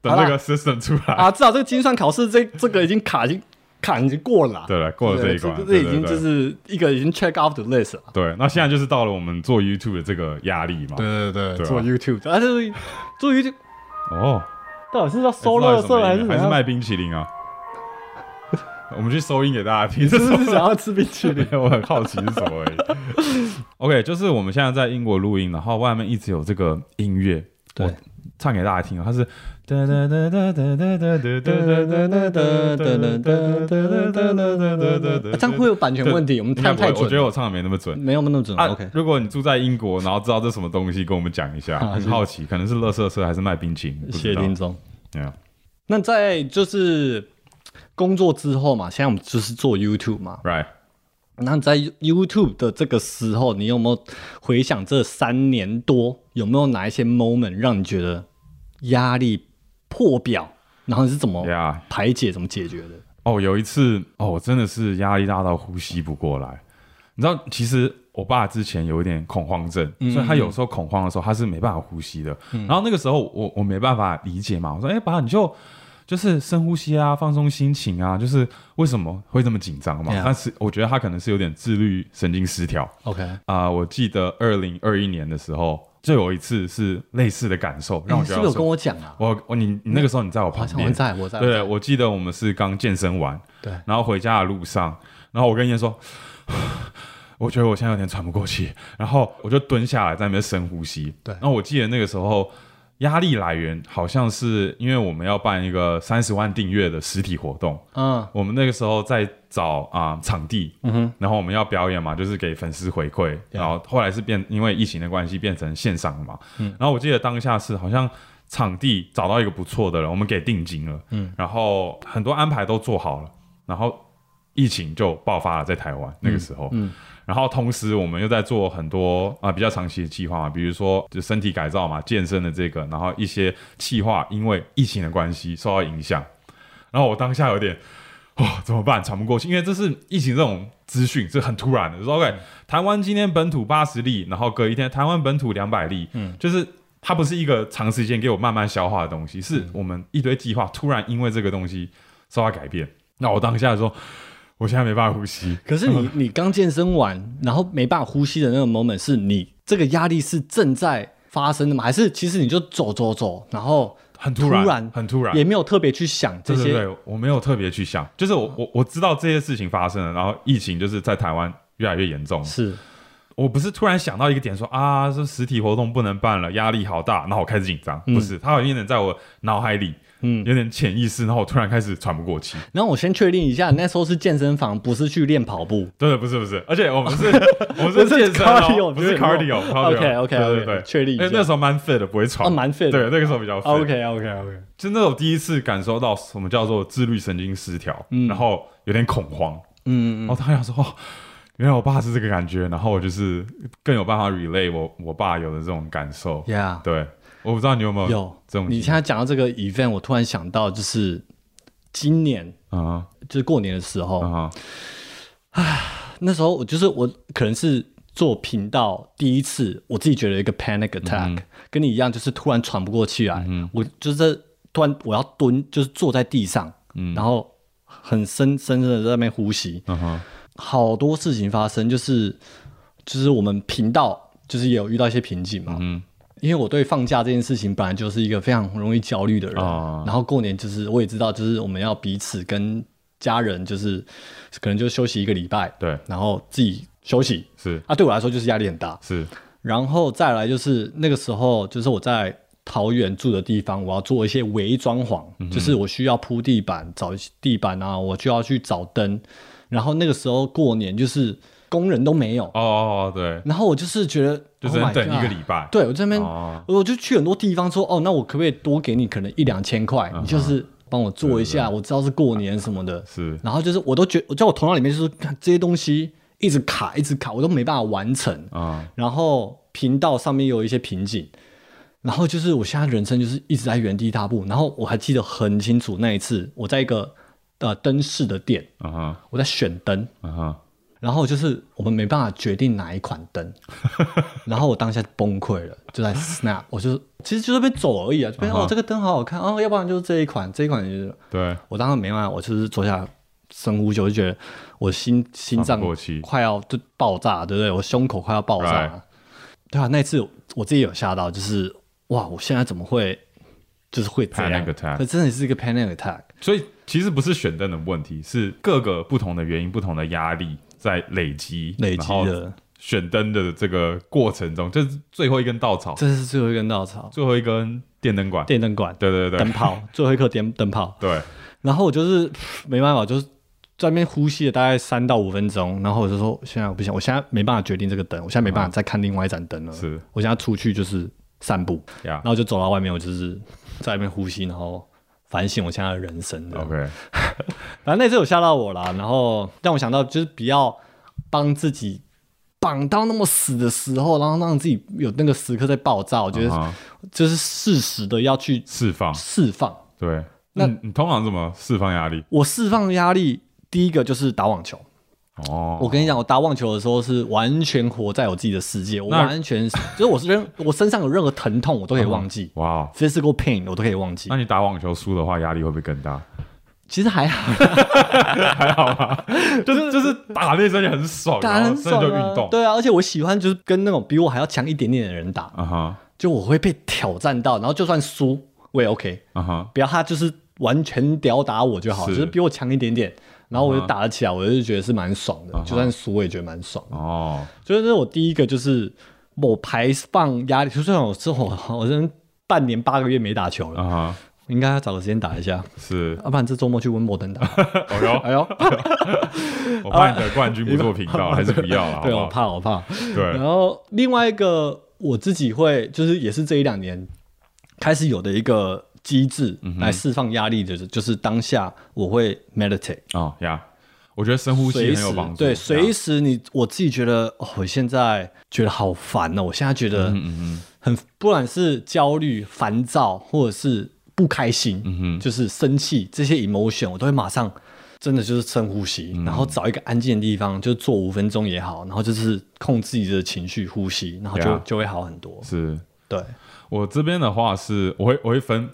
S1: 等
S2: 好啦
S1: 那个 system 出来，
S2: 啊，至少这个精算考试这这个已经卡已经坎已经过了啦，
S1: 对了过了这一关，
S2: 这这
S1: 对
S2: 已经
S1: 对
S2: 就
S1: 对
S2: 是一个已经 check off the list 了。
S1: 对，那现在就是到了我们做 YouTube 的这个压力嘛，
S2: 对对
S1: 对啊
S2: 做 YouTube，但是做
S1: *laughs*
S2: YouTube
S1: 哦。
S2: 到底是要收
S1: 乐
S2: 垃圾还是
S1: 还是
S2: 怎样
S1: 卖冰淇淋啊？我们去收音给大家听，这
S2: 是
S1: 什
S2: 不是
S1: 么？
S2: 想要吃冰淇
S1: *laughs*
S2: 淋？
S1: 我很好奇是什么而已。OK，就是我们现在在英国录音，然后外面一直有这个音乐，
S2: 对
S1: 我唱给大家听啊，它是哒哒哒哒哒哒哒哒哒哒哒哒
S2: 啊这样会有版权问题，我们
S1: 应该
S2: 唱
S1: 不会
S2: 太
S1: 我
S2: 准
S1: 觉得我唱的没那么准。
S2: 没有那么准。
S1: 啊
S2: 嗯 OK，
S1: 如果你住在英国，然后知道这是什么东西，跟我们讲一下，很好奇，可能是乐色车还是卖冰淇淋？不
S2: 啊谢
S1: 知
S2: 谢
S1: 道
S2: 林总。
S1: Yeah
S2: 那在就是工作之后嘛，现在我们就是做 YouTube 嘛。
S1: ，Right，
S2: 那在 YouTube 的这个时候，你有没有回想这三年多，有没有哪一些 moment 让你觉得压力破表？然后你是怎么
S1: Yeah，
S2: 排解、怎么解决的？
S1: 哦，有一次哦，我真的是压力大到呼吸不过来。你知道，其实我爸之前有一点恐慌症，
S2: 嗯
S1: 所以他有时候恐慌的时候，他是没办法呼吸的。然后那个时候我我没办法理解嘛，我说：“哎、爸，你就就是深呼吸啊，放松心情啊，就是为什么会这么紧张嘛？”
S2: Yeah
S1: 但是我觉得他可能是有点自律神经失调。
S2: OK，
S1: 啊、我记得二零二一年的时候，就有一次是类似的感受，让我
S2: 你
S1: 觉
S2: 是
S1: 得
S2: 哎不是有
S1: 说
S2: 跟我讲啊？
S1: 我我你你那个时候你在我
S2: 好
S1: 旁
S2: 像我
S1: 边，
S2: 在，我在，
S1: 对，我记得我们是刚健身完，
S2: 对
S1: 然后回家的路上，然后我跟燕说， *sighs* 我觉得我现在有点喘不过气，然后我就蹲下来在那边深呼吸。
S2: 对
S1: 然后我记得那个时候压力来源好像是因为我们要办一个三十万订阅的实体活动，
S2: 嗯，
S1: 我们那个时候在找啊、场地，然后我们要表演嘛，就是给粉丝回馈，然后后来是变因为疫情的关系变成线上了嘛，然后我记得当下是好像场地找到一个不错的了，我们给定金了，然后很多安排都做好了，然后疫情就爆发了在台湾那个时候，然后同时我们又在做很多啊、比较长期的计划嘛，比如说就身体改造嘛、健身的这个，然后一些计划因为疫情的关系受到影响，然后我当下有点。哦，怎么办？喘不过气，因为这是疫情这种资讯是很突然的。说
S2: 嗯
S1: OK，台湾今天本土八十例，然后隔一天台湾本土两百例，嗯，就是它不是一个长时间给我慢慢消化的东
S2: 嗯
S1: 西，是我们一堆计划突然因为这个东西受到改变。那我当下说，我现在没办法呼吸，
S2: 可是
S1: 嗯
S2: 你你刚健身完，然后没办法呼吸的那个 moment，是你这个压力是正在发生的吗？还是其实你就走走走，然后
S1: 很
S2: 突
S1: 然，
S2: 然
S1: 很突然，
S2: 也没有特别去想这
S1: 对对
S2: 些？嗯
S1: 对，我没有特别去想，就是我我我知道这些事情发生了，然后疫情就是在台湾越来越严重，
S2: 是
S1: 我不是突然想到一个点说啊，这实体活动不能办了，压力好大，然后我开始紧张，
S2: 嗯
S1: 不是，它好像有点在我脑海里，嗯，有点潜意识，然后我突然开始喘不过
S2: *laughs*
S1: 气。
S2: 然后我先确定一下，那时候是健身房，不是去练跑步。
S1: 对，不是不是，而且我们
S2: *laughs*
S1: 是，我们
S2: 不
S1: 是
S2: 是
S1: 健身
S2: cardio，
S1: 哦，不是
S2: 不是
S1: cardio，
S2: OK，OK，OK，
S1: 对对对，
S2: 确定一下
S1: 因为那时候蛮 fit 的，不会喘，
S2: 哦蛮 fit 的哦
S1: 对，那个时候比较 fit。
S2: OK OK OK，
S1: 就那种第一次感受到什么叫做自律神经失调，然后有点恐慌，
S2: 嗯，
S1: 然后他想说，哦，原来我爸是这个感觉，然后我就是更有办法 relay 我我爸有的这种感受。
S2: ，Yeah，
S1: 对，我不知道你有没有
S2: 有
S1: 哦这种
S2: 你现在讲到这个 event，我突然想到，就是今年
S1: 啊
S2: 就是过年的时候，
S1: 啊
S2: 那时候我就是我可能是做频道第一次，我自己觉得有一个 panic attack，、跟你
S1: 嗯
S2: 一样，就是突然喘不过气来，我就是突然我要蹲，就是坐在地上，
S1: 嗯
S2: 然后很深深深的在那边呼吸，
S1: 啊哈
S2: 好多事情发生，就是就是我们频道就是也有遇到一些瓶颈嘛，
S1: 嗯
S2: 因为我对放假这件事情本来就是一个非常容易焦虑的人，
S1: 哦
S2: 然后过年就是我也知道，就是我们要彼此跟家人就是可能就休息一个礼拜，
S1: 对
S2: 然后自己休息
S1: 是
S2: 啊，对我来说就是压力很大。
S1: 是
S2: 然后再来就是那个时候，就是我在桃园住的地方，我要做一些微装潢，
S1: 嗯
S2: 就是我需要铺地板、找一些地板啊，我就要去找灯。然后那个时候过年就是工人都没有，
S1: 哦哦哦对，
S2: 然后我就是觉得
S1: 就
S2: Oh
S1: 只
S2: my
S1: 能等
S2: God
S1: 一个礼拜。
S2: 对我这边、
S1: 哦
S2: 我就去很多地方说，哦，那我可不可以多给你可能一两千
S1: 嗯
S2: 块？你就是帮我做一下，我知道是过年什么的。
S1: 是
S2: 然后就是我都觉，我在我头脑里面就是看这些东西一直卡，一直卡，我都没办法完成。
S1: 啊，
S2: 然后频道上面有一些瓶颈，然后就是我现在人生就是一直在原地踏步。然后我还记得很清楚那一次，我在一个呃灯饰的店，
S1: 啊哈，
S2: 我在选灯，
S1: 啊哈，
S2: 然后就是我们没办法决定哪一款
S1: *laughs*
S2: 灯，然后我当下就崩溃了，就在 snap，我就其实就是被走而已啊，就被、
S1: 啊哈
S2: 哦这个灯好好看哦，要不然就是这一款，这一款就是
S1: 对，
S2: 我当时没办法，我就是坐下来深呼吸，我就觉得我心心
S1: 喘
S2: 脏
S1: 不过气
S2: 快要就爆炸，对不对？我胸口快要爆炸
S1: Right
S2: 了。对啊，那一次我自己有吓到，就是哇，我现在怎么会就是会这样
S1: Panic attack
S2: 可真的是一个 panic attack。
S1: 所以其实不是选灯的问题，是各个不同的原因、不同的压力在累积，
S2: 累积的
S1: 然后选灯的这个过程中，这是最后一根稻草，
S2: 这是最后一根稻草，
S1: 最后一根电灯管。
S2: 电灯管、
S1: 对对对
S2: 灯
S1: 对 *laughs*
S2: 泡，最后一颗电灯泡。
S1: 对，
S2: 然后我就是噗没办法，就是在那边呼吸了大概三到五分钟，然后我就说现在我不行，我现在没办法决定这个灯，我现在没
S1: 嗯
S2: 办法再看另外一盏灯了。
S1: 是
S2: 我现在出去就是散步，
S1: 呀
S2: 然后就走到外面，我就是在那边呼吸，然后反省我现在的人生的。
S1: ，OK，
S2: 反正那次有吓到我啦，然后让我想到就是不要帮自己绑到那么死的时候，然后让自己有那个时刻在爆炸。我觉
S1: 啊
S2: 得
S1: 哈
S2: 就是适时的要去
S1: 释放，
S2: 释放。
S1: 对。
S2: 那
S1: 那你通常怎么释放压力？
S2: 我释放压力，第一个就是打网球。
S1: 哦，
S2: 我跟你讲，我打网球的时候是完全活在我自己的世界，我
S1: 那
S2: 完全就是我是任我身上有任何疼痛，我都可以忘记、
S1: 哇哦，
S2: physical pain，我都可以忘记
S1: 那。你打网球输的话，压力会不会更
S2: *laughs*
S1: 大？
S2: 其实还好，
S1: 就是就是打那声也很爽，
S2: 打得
S1: 然
S2: 很
S1: 后真的
S2: 爽、
S1: 就
S2: 啊
S1: 运动。，
S2: 对啊，而且我喜欢就是跟那种比我还要强一点点的人打，
S1: 啊哈，
S2: 就我会被挑战到，然后就算输我也 OK，
S1: 啊哈，
S2: 不要他就是完全吊打我就好，
S1: 是
S2: 就是比我强一点点，然后我就打得起来，我就觉得是蛮爽的，
S1: 啊哈
S2: 就算输我也觉得蛮爽的。
S1: 哦，
S2: 所以这是我第一个，就是我排放压力，就算我之后我真半年八个月没打球了，
S1: 啊哈，
S2: 应该要找个时间打一下， *laughs* 啊
S1: 是，
S2: 要不然这周末去温博
S1: *laughs*
S2: 登打。
S1: 哦哟，
S2: 哎呦， *laughs*
S1: 我怕你的冠军不做频道，还是不要了，好
S2: 呃对，
S1: 不
S2: 我
S1: 好？
S2: 怕，我怕。然
S1: 对，
S2: 后另外一个我自己会，就是也是这一两年开始有的一个机制来释放压力的，就是就是当下我会 meditate，
S1: 哦呀，我觉得深呼吸
S2: 随
S1: 很有
S2: 时
S1: 帮助。
S2: 对，
S1: 呀
S2: 随时你我自己觉得哦，我现在觉得好烦哦，我现在觉
S1: 嗯
S2: 得很，不管是焦虑、烦躁，或者是不开心，
S1: 嗯
S2: 就是生气这些 emotion，我都会马上。真的就是深呼吸，
S1: 嗯
S2: 然后找一个安静的地方，就坐五分钟也好，然后就是控制自己的情绪呼吸，然后就
S1: Yeah
S2: 就会好很多。
S1: 是
S2: 对，
S1: 我这边的话是，我会我会分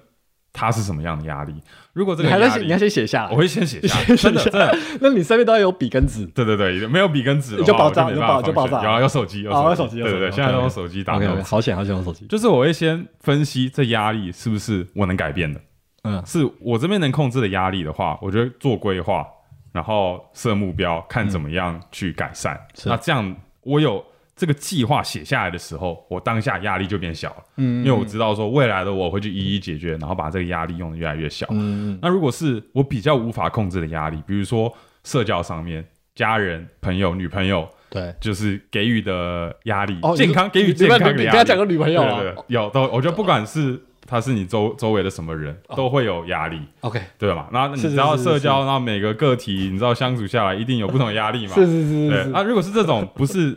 S1: 它是什么样的压力。如果这
S2: 你
S1: 个
S2: 还
S1: 压
S2: 在你
S1: 力
S2: 要，先写下来，
S1: 我会先写下，
S2: 你先
S1: 真的
S2: 写
S1: 真
S2: 下
S1: 的
S2: 来，那你身边都要有笔跟纸。
S1: 对对对，没有笔跟纸的话
S2: 就爆炸
S1: 我没办法
S2: 就爆就爆炸
S1: 放选然后有手机，
S2: 哦有手机有
S1: 对对
S2: 手
S1: 对，
S2: 机
S1: 现在都
S2: OK，OK
S1: 用手机打
S2: OK，,
S1: 那
S2: o
S1: 种。
S2: 好险，好险，我手机。
S1: 就是我会先分析这压力是不是我能改变的，
S2: 嗯
S1: 是我这边能控制的压力的话，我觉得做规划，然后设目标，看怎么样去改善。
S2: 是
S1: 那这样我有这个计划写下来的时候，我当下压力就变小了，
S2: 嗯
S1: 因为我知道说未来的我会去一一解决，然后把这个压力用的越来越小。
S2: 嗯，
S1: 那如果是我比较无法控制的压力，比如说社交上面、家人、朋友、女朋友。
S2: 对，
S1: 就是给予的压力，
S2: 哦
S1: 健康
S2: 你
S1: 给予
S2: 你
S1: 健康的压
S2: 你
S1: 力。
S2: 你跟他讲个女朋友啊
S1: 对对对有都，我觉得不管是他是你周周围的什么人，都会有压力，
S2: OK，
S1: 对吧？那你
S2: 哦是是
S1: 知道
S2: 是是
S1: 社交，那每个个体，你知道相处下来一定有不同的压力嘛？
S2: *laughs* 是是是是
S1: 对，
S2: 是
S1: 那如果是这种不是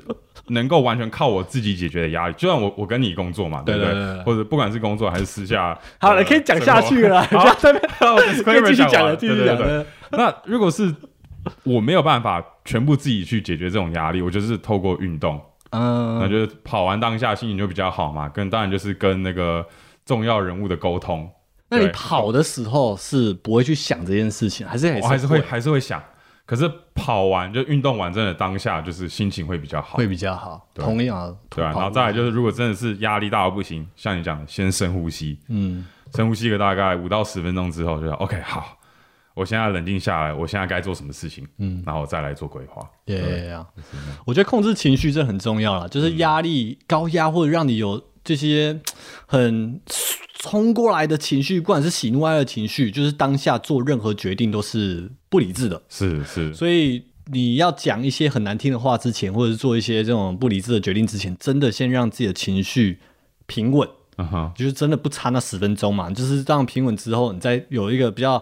S1: 能够完全靠我自己解决的压力，就算我我跟你工作嘛，
S2: 对
S1: 不
S2: 哦对对对
S1: 或者不管是工作还是私下，
S2: 好
S1: 呃
S2: 了，可以讲下去了，不
S1: 生活
S2: 要在那边
S1: 好
S2: *laughs* 可以继续讲了，
S1: 了，
S2: 继
S1: 对
S2: 续
S1: 对
S2: 讲
S1: 对
S2: 了。
S1: *laughs* 那如果是我没有办法全部自己去解决这种压力，我就是透过运动，那
S2: 嗯，
S1: 就是跑完当下心情就比较好嘛。跟当然就是跟那个重要人物的沟通，
S2: 那你
S1: 对
S2: 跑的时候是不会去想这件事情，还是
S1: 我还是会还是会想，可是跑完就运动完真的当下就是心情会比较好，
S2: 会比嗯较好？
S1: 对
S2: 同样，
S1: 对啊。
S2: 跑
S1: 然后再来就是，如果真的是压力大到不行，像你讲，的，先深呼吸，
S2: 嗯，
S1: 深呼吸个大概五到十分钟之后就 OK 好。我现在冷静下来，我现在该做什么事情，嗯，然后再来做规划。
S2: 对
S1: 嗯
S2: 呀，我觉得控制情绪这很重要啦，就是压力、高压或者让你有这些很冲过来的情绪，不管是喜怒哀乐情绪，就是当下做任何决定都是不理智的。
S1: 是是，
S2: 所以你要讲一些很难听的话之前，或者是做一些这种不理智的决定之前，真的先让自己的情绪平稳，
S1: 嗯哼，
S2: 就是真的不差那十分钟嘛，就是让平稳之后，你再有一个比较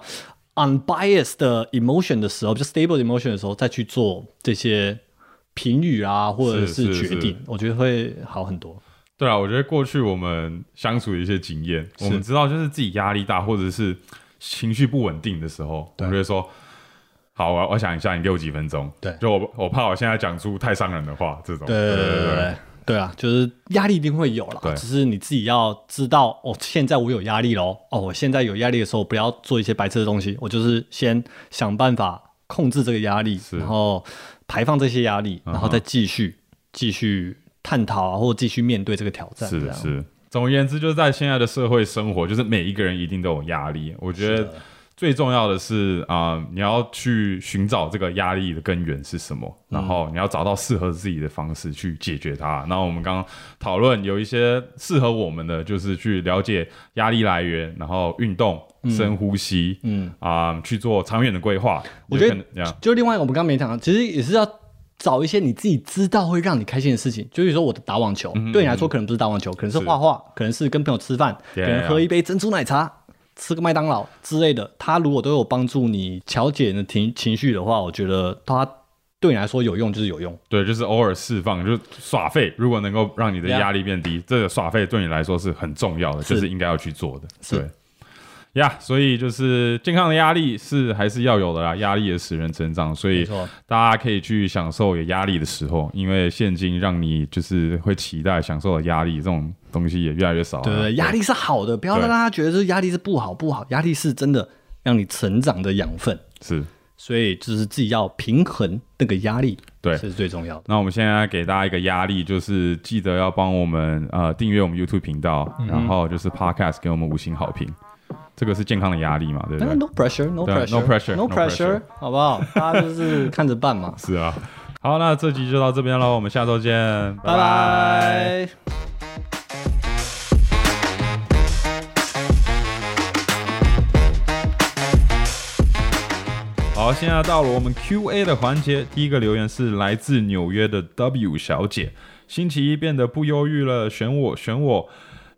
S2: unbiased 的 emotion 的时候，比较 stable 的 emotion 的时候，再去做这些评语啊，或者
S1: 是是
S2: 决定，
S1: 是
S2: 我觉得会好很多。
S1: 对啊，我觉得过去我们相处的一些经验，我们知道就是自己压力大或者是情绪不稳定的时候，我
S2: 对
S1: 们就会说。好，我我想一下，你给我几分钟。
S2: 对
S1: 就我我怕我现在讲出太伤人的话，这种。
S2: 对对对对对。对啊，就是压力一定会有啦
S1: 对，
S2: 只是你自己要知道，哦，现在我有压力喽，哦，我现在有压力的时候，不要做一些白痴的东西，我就是先想办法控制这个压力，
S1: 是嗯
S2: 然后排放这些压力，然后再继续、继续探讨啊，或者继续面对这个挑战。
S1: 是
S2: 这
S1: 的，
S2: 样，
S1: 是。总而言之，就是在现在的社会生活，就是每一个人一定都有压力。我觉得最重要的是啊、你要去寻找这个压力的根源是什么，
S2: 嗯
S1: 然后你要找到适合自己的方式去解决它。那我们刚刚讨论有一些适合我们的，就是去了解压力来源，然后运动、深呼吸，嗯啊、去做长远的规划。
S2: 我觉
S1: 有
S2: 得
S1: 可能呀
S2: 就另外一个我们刚刚没讲到，其实也是要找一些你自己知道会让你开心的事情。就比如说我的打网球，对你来说可能不是打网球，可能是画画，可能是跟朋友吃饭，
S1: Yeah,
S2: 可能喝一杯珍珠奶茶。吃个麦当劳之类的，它如果都有帮助你调节你的情情绪的话，我觉得它对你来说有用就是有用。
S1: 对，就是偶尔释放，就是耍废。如果能够让你的
S2: Yeah
S1: 压力变低，这个耍废对你来说是很重要的，
S2: 是
S1: 就是应该要去做的。
S2: 是
S1: 对，呀、所以就是健康的压力是还是要有的啦，压力也使人成长，所以
S2: 没错
S1: 大家可以去享受有压力的时候，因为现今让你就是会期待享受的压力这种东西也越来越少了。
S2: 对不对？压力是好的，不要
S1: 哦对
S2: 让大家觉得就是压力是不好不好，压力是真的让你成长的养分，
S1: 是。
S2: 所以就是自己要平衡那个压力，
S1: 对
S2: 这是最重要的。
S1: 那我们现在给大家一个压力，就是记得要帮我们呃订阅我们 YouTube 频道，
S2: 嗯
S1: 然后就是 Podcast 给我们五星好评，这个是健康的压力嘛，对不对？
S2: No pressure, no
S1: 对啊
S2: pressure,
S1: no pressure, no
S2: no
S1: pressure
S2: pressure，好
S1: *laughs*。
S2: 不好？大家就是看着办嘛
S1: 是啊。好，那这集就到这边喽，我们下周见，
S2: 拜拜。
S1: 好，现在到了我们 Q&A 的环节，第一个留言是来自纽约的 W 小姐，星期一变得不忧郁了，选我，选我。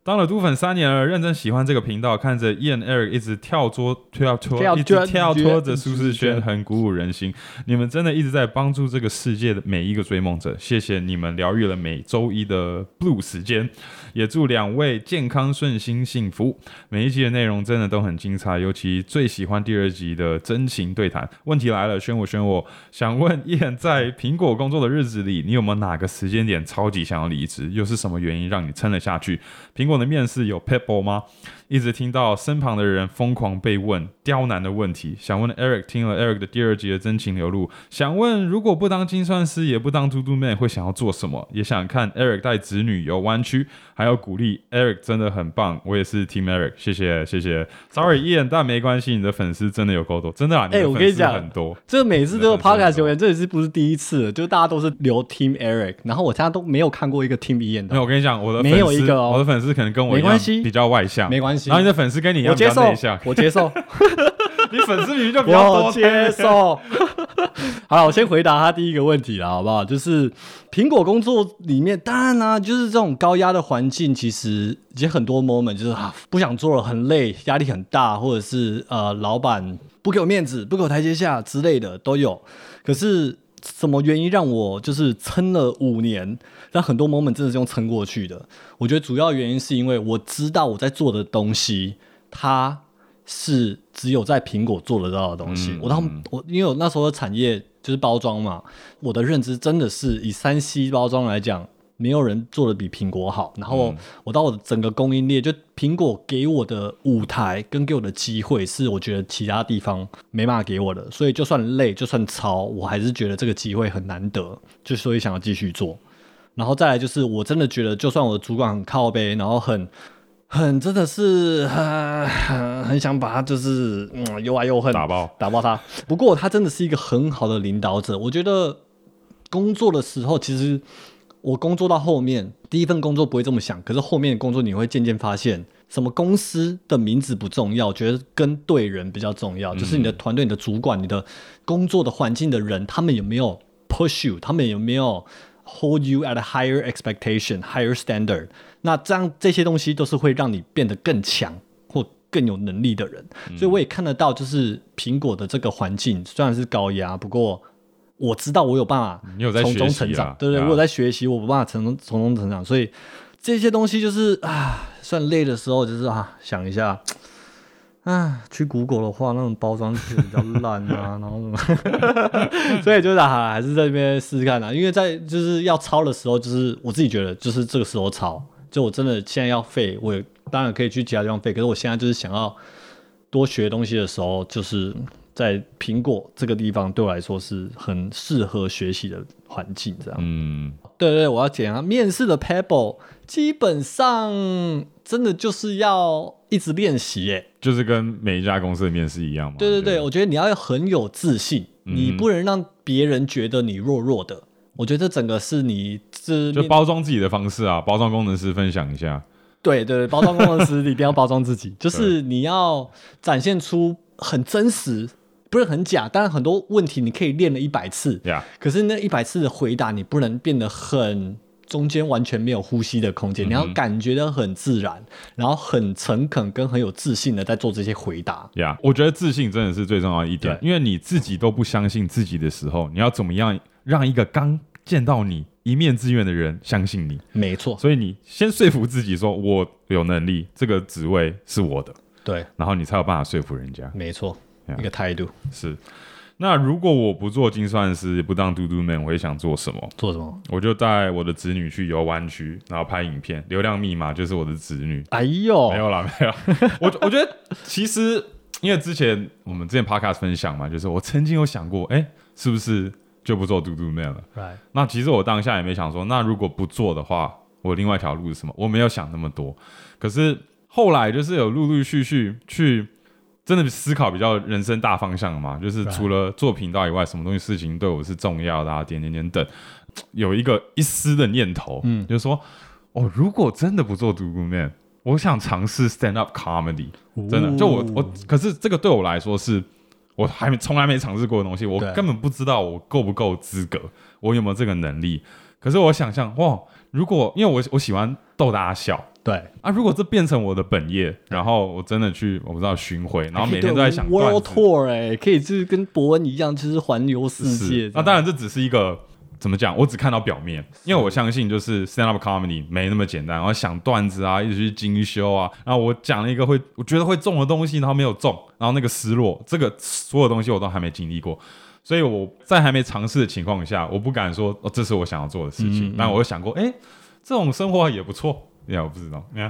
S1: 当了都粉三年了，认真喜欢这个频道，看着 Ian Eric 一直跳脱跳脱，
S2: 跳
S1: 一直
S2: 脱
S1: 跳脱着舒适
S2: 跳
S1: 圈，
S2: 脱
S1: 很鼓舞人心。你们真的一直在帮助这个世界的每一个追梦者，谢谢你们疗愈了每周一的 blue 时间，也祝两位健康顺心幸福。每一集的内容真的都很精彩，尤其最喜欢第二集的真情对谈。问题来了，宣我宣我，想问燕，在苹果工作的日子里，你有没有哪个时间点超级想要离职？又是什么原因让你撑了下去？苹果的面试有 people 吗？一直听到身旁的人疯狂被问刁难的问题。想问 Eric，听了 Eric 的第二集的真情流露，想问如果不当精算师，也不当嘟嘟妹，会想要做什么？也想看 Eric 带子女游湾区，还要鼓励 Eric 真的很棒。我也是 Team Eric，谢谢谢谢。Sorry，Ian，但没关系，你的粉丝真的有够多，真的啊，你
S2: 哎
S1: 的
S2: 我跟你
S1: 粉丝
S2: 讲
S1: 很多。
S2: 这每次都有
S1: 真的真
S2: podcast
S1: 的
S2: 留言，这也是不是第一次了，就大家都是留 Team Eric，然后我现在都没有看过一个 Team Ian
S1: 没有，
S2: 的。
S1: 我跟你讲，我的
S2: 没有
S1: 粉丝
S2: 一个哦
S1: 我的粉丝可能跟我一样
S2: 没关系
S1: 比较外向，
S2: 没关系
S1: 然后你的粉丝跟你一样
S2: 我
S1: 比
S2: 接
S1: 较
S2: 受
S1: 内
S2: *laughs*
S1: 向，，
S2: 我
S1: *laughs*
S2: 接受，
S1: 你粉丝明明就比较多。
S2: 我接受。 *laughs* 好了，我先回答他第一个问题啦，好不好？就是苹果工作里面，当然啦、就是这种高压的环境，其实也很多 moment 就是啊，不想做了，很累，压力很大，或者是呃，老板不给我面子，不给我台阶下之类的都有。可是什么原因让我就是撑了五年？但很多 moment 真的是用撑过去的。我觉得主要原因是因为我知道我在做的东西，它是只有在苹果做得到的东西。
S1: 嗯
S2: 我当我因为我那时候的产业就是包装嘛，我的认知真的是以三 C 包装来讲。没有人做的比苹果好，然
S1: 嗯
S2: 后我到我的整个供应链，就苹果给我的舞台跟给我的机会，是我觉得其他地方没办法给我的，所以就算累，就算超，我还是觉得这个机会很难得，就所以想要继续做。然后再来就是，我真的觉得，就算我的主管很靠背，然后很很真的是呃很很想把他就是嗯又爱又恨
S1: *laughs* 打爆
S2: 打爆他。不过他真的是一个很好的领导者，我觉得工作的时候其实。我工作到后面，第一份工作不会这么想，可是后面的工作你会渐渐发现，什么公司的名字不重要，我觉得跟对人比较重要，就是你的团队、你的主管、你的工作的环境的人，他们有没有 push you，他们有没有 hold you at a higher expectation、higher standard，那这样这些东西都是会让你变得更强或更有能力的人，
S1: 嗯
S2: 所以我也看得到，就是苹果的这个环境虽然是高压，不过。我知道我有办法
S1: 你有在
S2: 从中
S1: 学习
S2: 成长
S1: 啊，
S2: 对对，
S1: 对啊
S2: 我有在学习，我没办法从中从中成长，所以这些东西就是啊，算累的时候就是啊，想一下，啊，去 Google 的话，那种包装纸比较烂啊，然后什么， *laughs* 所以就是啊，还是在这边试试看啊，因为在就是要抄的时候，就是我自己觉得就是这个时候抄，就我真的现在要废，我也当然可以去其他地方废，可是我现在就是想要多学东西的时候，就是在苹果这个地方对我来说是很适合学习的环境，这样。
S1: 嗯，
S2: 对对，我要讲啊，面试的 Pebble 基本上真的就是要一直练习耶。
S1: 就是跟每一家公司的面试一样嘛。
S2: 对对
S1: 我觉
S2: 对，
S1: 得，
S2: 我觉得你要很有自信，
S1: 嗯
S2: 你不能让别人觉得你弱弱的。我觉得这整个是你这
S1: 就
S2: 面
S1: 包装自己的方式啊，包装工程师分享一下。
S2: 对对对，包装工程师你一定要包装
S1: *laughs*
S2: 自己，就是你要展现出很真实，不是很假。当然很多问题你可以练了一百次，
S1: 呀、
S2: 可是那一百次的回答，你不能变得很中间完全没有呼吸的空间，
S1: 嗯
S2: 你要感觉得很自然，然后很诚恳跟很有自信的在做这些回答。
S1: 呀我觉得自信真的是最重要的一点，
S2: 对
S1: 因为你自己都不相信自己的时候，你要怎么样让一个刚见到你一面之缘的人相信你？
S2: 没错，
S1: 所以你先说服自己说，我有能力，这个职位是我的，
S2: 对，
S1: 然后你才有办法说服人家。
S2: 没错
S1: Yeah
S2: 一个态度。
S1: 是。那如果我不做精算师，也不当嘟嘟 man，我会想做什么？
S2: 做什么？
S1: 我就带我的子女去游湾区，然后拍影片。流量密码就是我的子女，
S2: 哎呦，
S1: 没有啦，没有啦。 *laughs* 我我觉得其实因为之前我们之前 podcast 分享嘛，就是我曾经有想过，哎、是不是就不做嘟嘟 man 了？
S2: ，right，
S1: 那其实我当下也没想说，那如果不做的话，我另外一条路是什么？我没有想那么多。可是后来就是有陆陆续续去真的思考比较人生大方向嘛，就是
S2: Right
S1: 除了做频道以外，什么东西事情对我是重要的啊，点点点等，有一个一丝的念头，嗯，就是说，哦，如果真的不做独孤面，我想尝试 stand up comedy，真
S2: 哦
S1: 的，就我
S2: 嗯
S1: 我，可是这个对我来说是。我还没从来没尝试过的东西，我
S2: 对
S1: 根本不知道我够不够资格，我有没有这个能力。可是我想象，哇，如果因为我我喜欢逗大家笑，
S2: 对，
S1: 啊，如果这变成我的本业，然后我真的去，我不知道巡回，然后每天都在想段
S2: World
S1: 子
S2: Tour 哎、可以就是跟伯恩一样，就是环游世界
S1: 是。那、
S2: 这样。
S1: 当然这只是一个怎么讲，我只看到表面，因为我相信就是 stand up comedy 没那么简单，然后想段子啊，一直去精修啊，然后我讲了一个会我觉得会中的东西，然后没有中，然后那个失落，这个所有东西我都还没经历过。所以我在还没尝试的情况下，我不敢说哦，这是我想要做的事
S2: 嗯
S1: 情。但我有想过，哎、这种生活也不错。呀，我不知道，你看，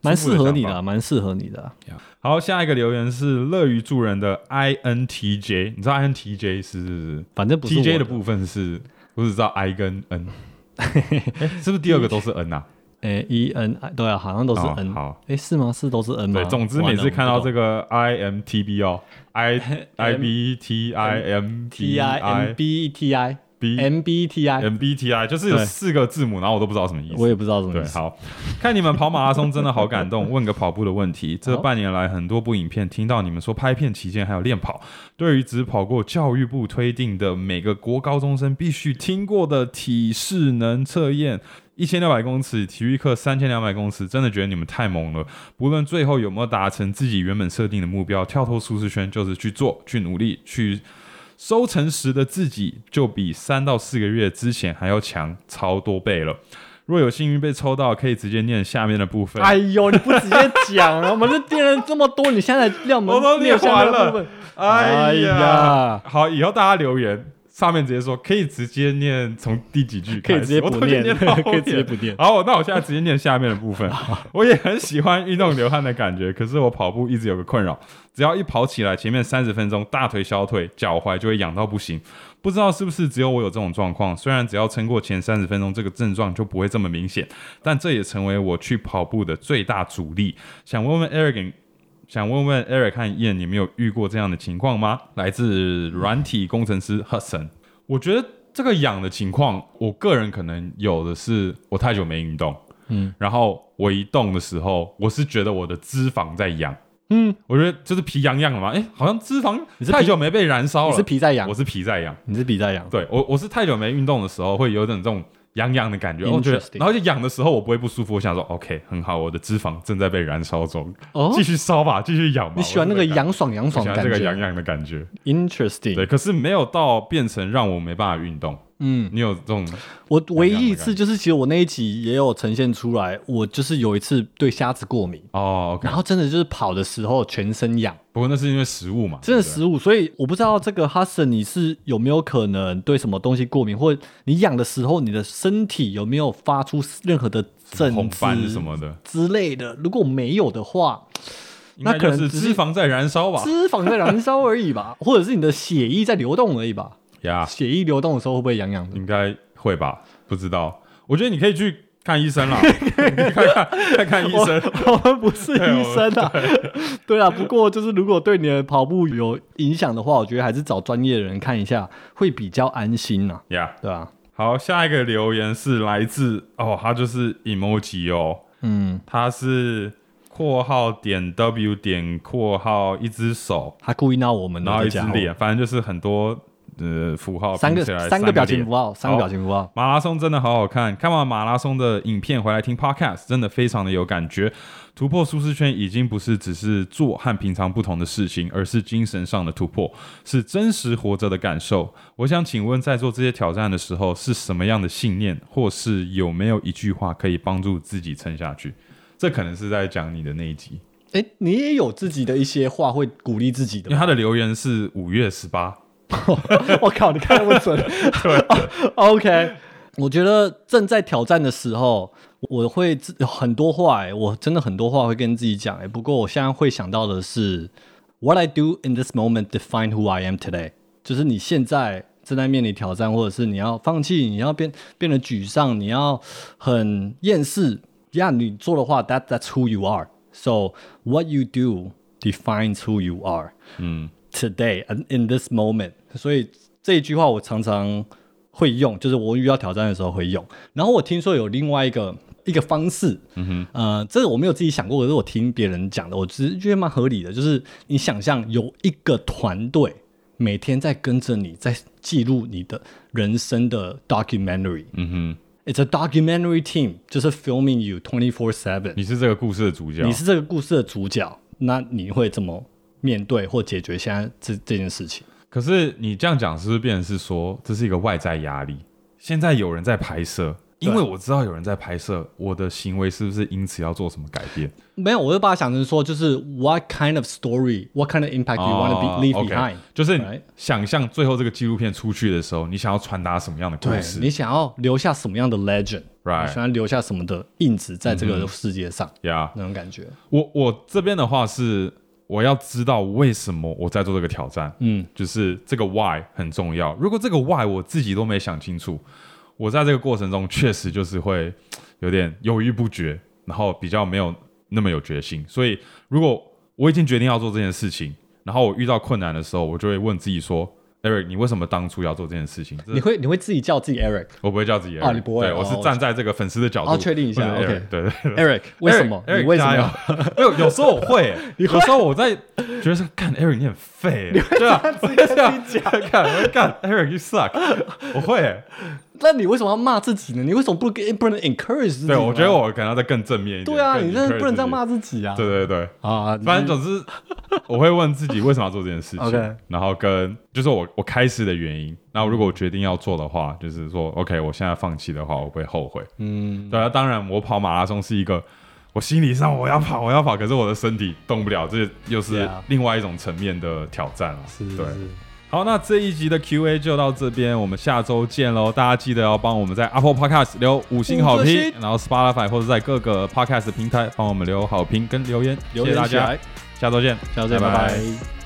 S2: 蛮适合
S1: 初步
S2: 你的
S1: 想
S2: 啊，
S1: 法。
S2: 蛮适合你的啊。
S1: 好，下一个留言是乐于助人的 INTJ，你知道 INTJ 是
S2: 反正不是
S1: TJ
S2: 我
S1: 的部分是，我只知道 I 跟
S2: *laughs*
S1: N，诶是不是第二个都是 N 啊？
S2: 哎，E N I 对啊，好像都是
S1: 哦
S2: N。
S1: 好
S2: 哎，是吗？是都是 N 吗？
S1: 对，总之
S2: 完
S1: 每
S2: 了
S1: 次看到这
S2: 我
S1: 个 IMTB 哦，I
S2: *laughs*
S1: I B T I M
S2: 不懂 T
S1: T
S2: I M
S1: I
S2: B E T I
S1: B
S2: M B T I，
S1: M B T I，就是有
S2: 对
S1: 四个字母，然后我都不知道什么意
S2: 我
S1: 思。
S2: 也不知道怎么
S1: 对
S2: 意，思。
S1: 好看你们跑马拉松真的好感动。问个跑步的问题，这
S2: 好
S1: 半年来很多部影片听到你们说拍片期间还有练跑，对于只跑过教育部推定的每个国高中生必须听过的体适能测验。一千六百公尺，体育课三千两百公尺，真的觉得你们太猛了。不论最后有没有达成自己原本设定的目标，跳脱舒适圈就是去做、去努力、去收成时的自己，就比三到四个月之前还要强超多倍了。若有幸运被抽到，可以直接念下面的部分。
S2: 哎呦，你不直接讲啊！我 *laughs* 们这店人这么多，你现在让我们
S1: 我都念
S2: 列下
S1: 完
S2: 那个部
S1: 了
S2: 分。哎呀
S1: 好，以后大家留言上面直接说可以直接念从第几句
S4: *laughs* 可以
S1: 开始，
S4: 直接
S1: 我
S4: 不
S1: 都
S4: 念，
S1: 念到后
S4: *laughs* 可以直接
S1: 面
S4: 不念。
S1: 好，那我现在直接念下面
S4: *laughs*
S1: 的部分。我也很喜欢运动流汗的感觉，可是我跑步一直有个困扰，只要一跑起来，前面三十分钟大腿、小腿、脚踝就会痒到不行。不知道是不是只有我有这种状况？虽然只要撑过前三十分钟，这个症状就不会这么明显，但这也成为我去跑步的最大阻力。想问问 Eric，想问问 Eric 和 Ian，你们有遇过这样的情况吗？来自软体工程师 Hudson。我觉得这个痒的情况，我个人可能有的是我太久没运动，嗯，然后我一动的时候，我是觉得我的脂肪在痒，嗯，我觉得就是皮痒痒的嘛，哎、好像脂肪
S2: 你是皮
S1: 太久没被燃烧
S2: 你
S1: 了，
S2: 是皮在痒
S1: 我，是皮在痒，
S2: 你是皮在痒，
S1: 对我我是太久没运动的时候，会有点这种痒痒的感觉，我哦觉得，
S2: Interesting
S1: 然后就痒的时候我不会不舒服，我想说 OK 很好，我的脂肪正在被燃烧中，
S2: 哦
S1: 继续烧吧，继续痒吧，
S2: 你喜欢那
S1: 我
S2: 个
S1: 是这感觉
S2: 痒爽痒
S1: 我
S2: 爽
S1: 喜
S2: 的
S1: 欢这个
S2: 感觉
S1: 痒痒的感觉，
S2: i n t e r e s t i n g
S1: 对，可是没有到变成让我没办法运动。
S2: 嗯，
S1: 你有这种
S2: 我唯一一次就是，其实我那一集也有呈现出来，我就是有一次对虾子过敏，
S1: 哦，OK，
S2: 然后真的就是跑的时候全身痒，
S1: 不过那是因为食物嘛，
S2: 真的
S1: 对不对啊
S2: 食物，所以我不知道这个 Hudson 你是有没有可能对什么东西过敏，或者你痒的时候，你的身体有没有发出任何的
S1: 红
S2: 疹
S1: 斑
S2: 子
S1: 什么的，
S2: 之类的？如果没有的话，
S1: 应该
S2: 那可能
S1: 就是
S2: 只是
S1: 脂肪在燃烧吧？
S2: 脂肪在燃烧而已吧，或者是你的血液在流动而已吧。
S1: 呀，
S2: 血液流动的时候会不会痒痒
S1: *laughs*
S2: 的？
S1: 应该会吧？不知道，我觉得你可以去看医
S2: *laughs*
S1: 生啦，你看看看看医生。
S2: 我们不是医生啊，对啊。不过就是如果对你的跑步有影响的话，我觉得还是找专业的人看一下会比较安心呐、啊，
S1: 呀，
S2: 对啊，
S1: 好，下一个留言是来自哦，他就是 emoji 哦，
S2: 嗯，
S1: 他是括号点 w 点括号一只手，
S2: 他故意闹我们的，
S1: 然后一只
S2: 这家伙
S1: 脸，反正就是很多呃符号
S2: 三
S1: 拼
S2: 个
S1: 起来
S2: 哦三个表情
S1: 脸
S2: 符号，三个
S1: 好
S2: 表情符号。
S1: 马拉松真的好好看，看完马拉松的影片回来听 podcast，真的非常的有感觉。突破舒适圈已经不是只是做和平常不同的事情，而是精神上的突破，是真实活着的感受。我想请问，在做这些挑战的时候，是什么样的信念，或是有没有一句话可以帮助自己撑下去？这可能是在讲你的那一集，
S2: 哎，你也有自己的一些话会鼓励自己的
S1: 因为
S2: 吗。
S1: 他的留言是五月十八。
S2: *laughs* 我靠，你看得我准。对 *laughs* ，OK。我觉得正在挑战的时候，我会自很多话、欸，我真的很多话会跟自己讲、欸。不过我现在会想到的是，What I do in this moment define who I am today。就是你现在正在面临挑战，或者是你要放弃，你要变变得沮丧，你要很厌世，呀，你做的话，that that's who you are。So what you do defines who you are。today and in this moment。所以这一句话我常常会用，就是我遇到挑战的时候会用。然后我听说有另外一个一个方式，嗯哼，呃，这个我没有自己想过，可是我听别人讲的，我只是觉得蛮合理的。就是你想象有一个团队每天在跟着你，在记录你的人生的 documentary。
S1: 嗯哼，
S2: It's a documentary team，就是 filming you twenty four seven。
S1: 你是这个故事的主角
S2: 你。是这个故事的主角，那你会怎么面对或解决现在这这件事情？
S1: 可是你这样讲，是不是变成是说这是一个外在压力？现在有人在拍摄，因为我知道有人在拍摄，我的行为是不是因此要做什么改变？
S2: 没有，我就把它想成说，就是 what kind of story, what kind of impact you want to be
S1: 哦
S2: leave
S1: OK，
S2: behind，、
S1: 就是你
S2: right？
S1: 想象最后这个纪录片出去的时候，你想要传达什么样的故
S2: 你
S1: 事？
S2: 想要留下什么样的 legend，、
S1: Right 嗯
S2: 你想要留下什么的印子在这个世界上，
S1: 呀
S2: 那种感觉。
S1: 我我这边的话是，我要知道为什么我在做这个挑战，
S2: 嗯，
S1: 就是这个 why 很重要。如果这个 why 我自己都没想清楚，我在这个过程中确实就是会嘖有点犹豫不决，然后比较没有那么有决心。所以，如果我已经决定要做这件事情，然后我遇到困难的时候，我就会问自己说：“Eric，你为什么当初要做这件事情？”这
S2: 你会你会自己叫自己
S1: *laughs*
S2: Eric，Eric
S1: 我不会叫自己 Eric，
S2: 哦你不会
S1: 对
S2: 哦
S1: 我是站在这个粉丝的角度
S2: 哦确定一下
S1: 我是
S2: OK
S1: Eric，对对对。
S2: 为什么
S1: Eric，
S2: 你为什
S1: 加油
S2: 么？？
S1: 没有，有时候我会
S2: *laughs*
S1: 欸，有时候我在觉得说，干 Eric 你很废欸，对啊，我会这样干，我会干 Eric you suck，我会欸，
S2: 那你为什么要骂自己呢？你为什么不跟不能 encourage 自己呢？
S1: 对我觉得我可能要再更正面一点。
S2: 对啊，
S1: 更
S2: 你真的
S1: encourage
S2: 不能这样骂
S1: 自
S2: 自己啊！
S1: 己。对对对，
S2: 啊，
S1: 反正总之，我会问自己为什么要做这件事
S2: OK
S1: 情，然后跟就是我我开始的原因。那如果我决定要做的话，就是说 OK，我现在放弃的话，我不会后悔。
S2: 嗯，
S1: 对啊，当然我跑马拉松是一个，我心理上我要跑，我要跑，可是我的身体动不了，这又是
S2: Yeah
S1: 另外一种层面的挑战了。
S2: 是
S1: 对
S2: 是，
S1: 好，那这一集的 Q&A 就到这边，我们下周见喽！大家记得要帮我们在 Apple Podcast 留五星好
S2: 五颗
S1: 评
S2: 星，
S1: 然后 Spotify 或者在各个 Podcast 平台帮我们留好评跟留言，
S2: 留
S1: 谢
S2: 言
S1: 谢大
S2: 起
S1: 家
S2: 来，
S1: 下周见，
S2: 下周见，拜
S1: 拜
S2: 拜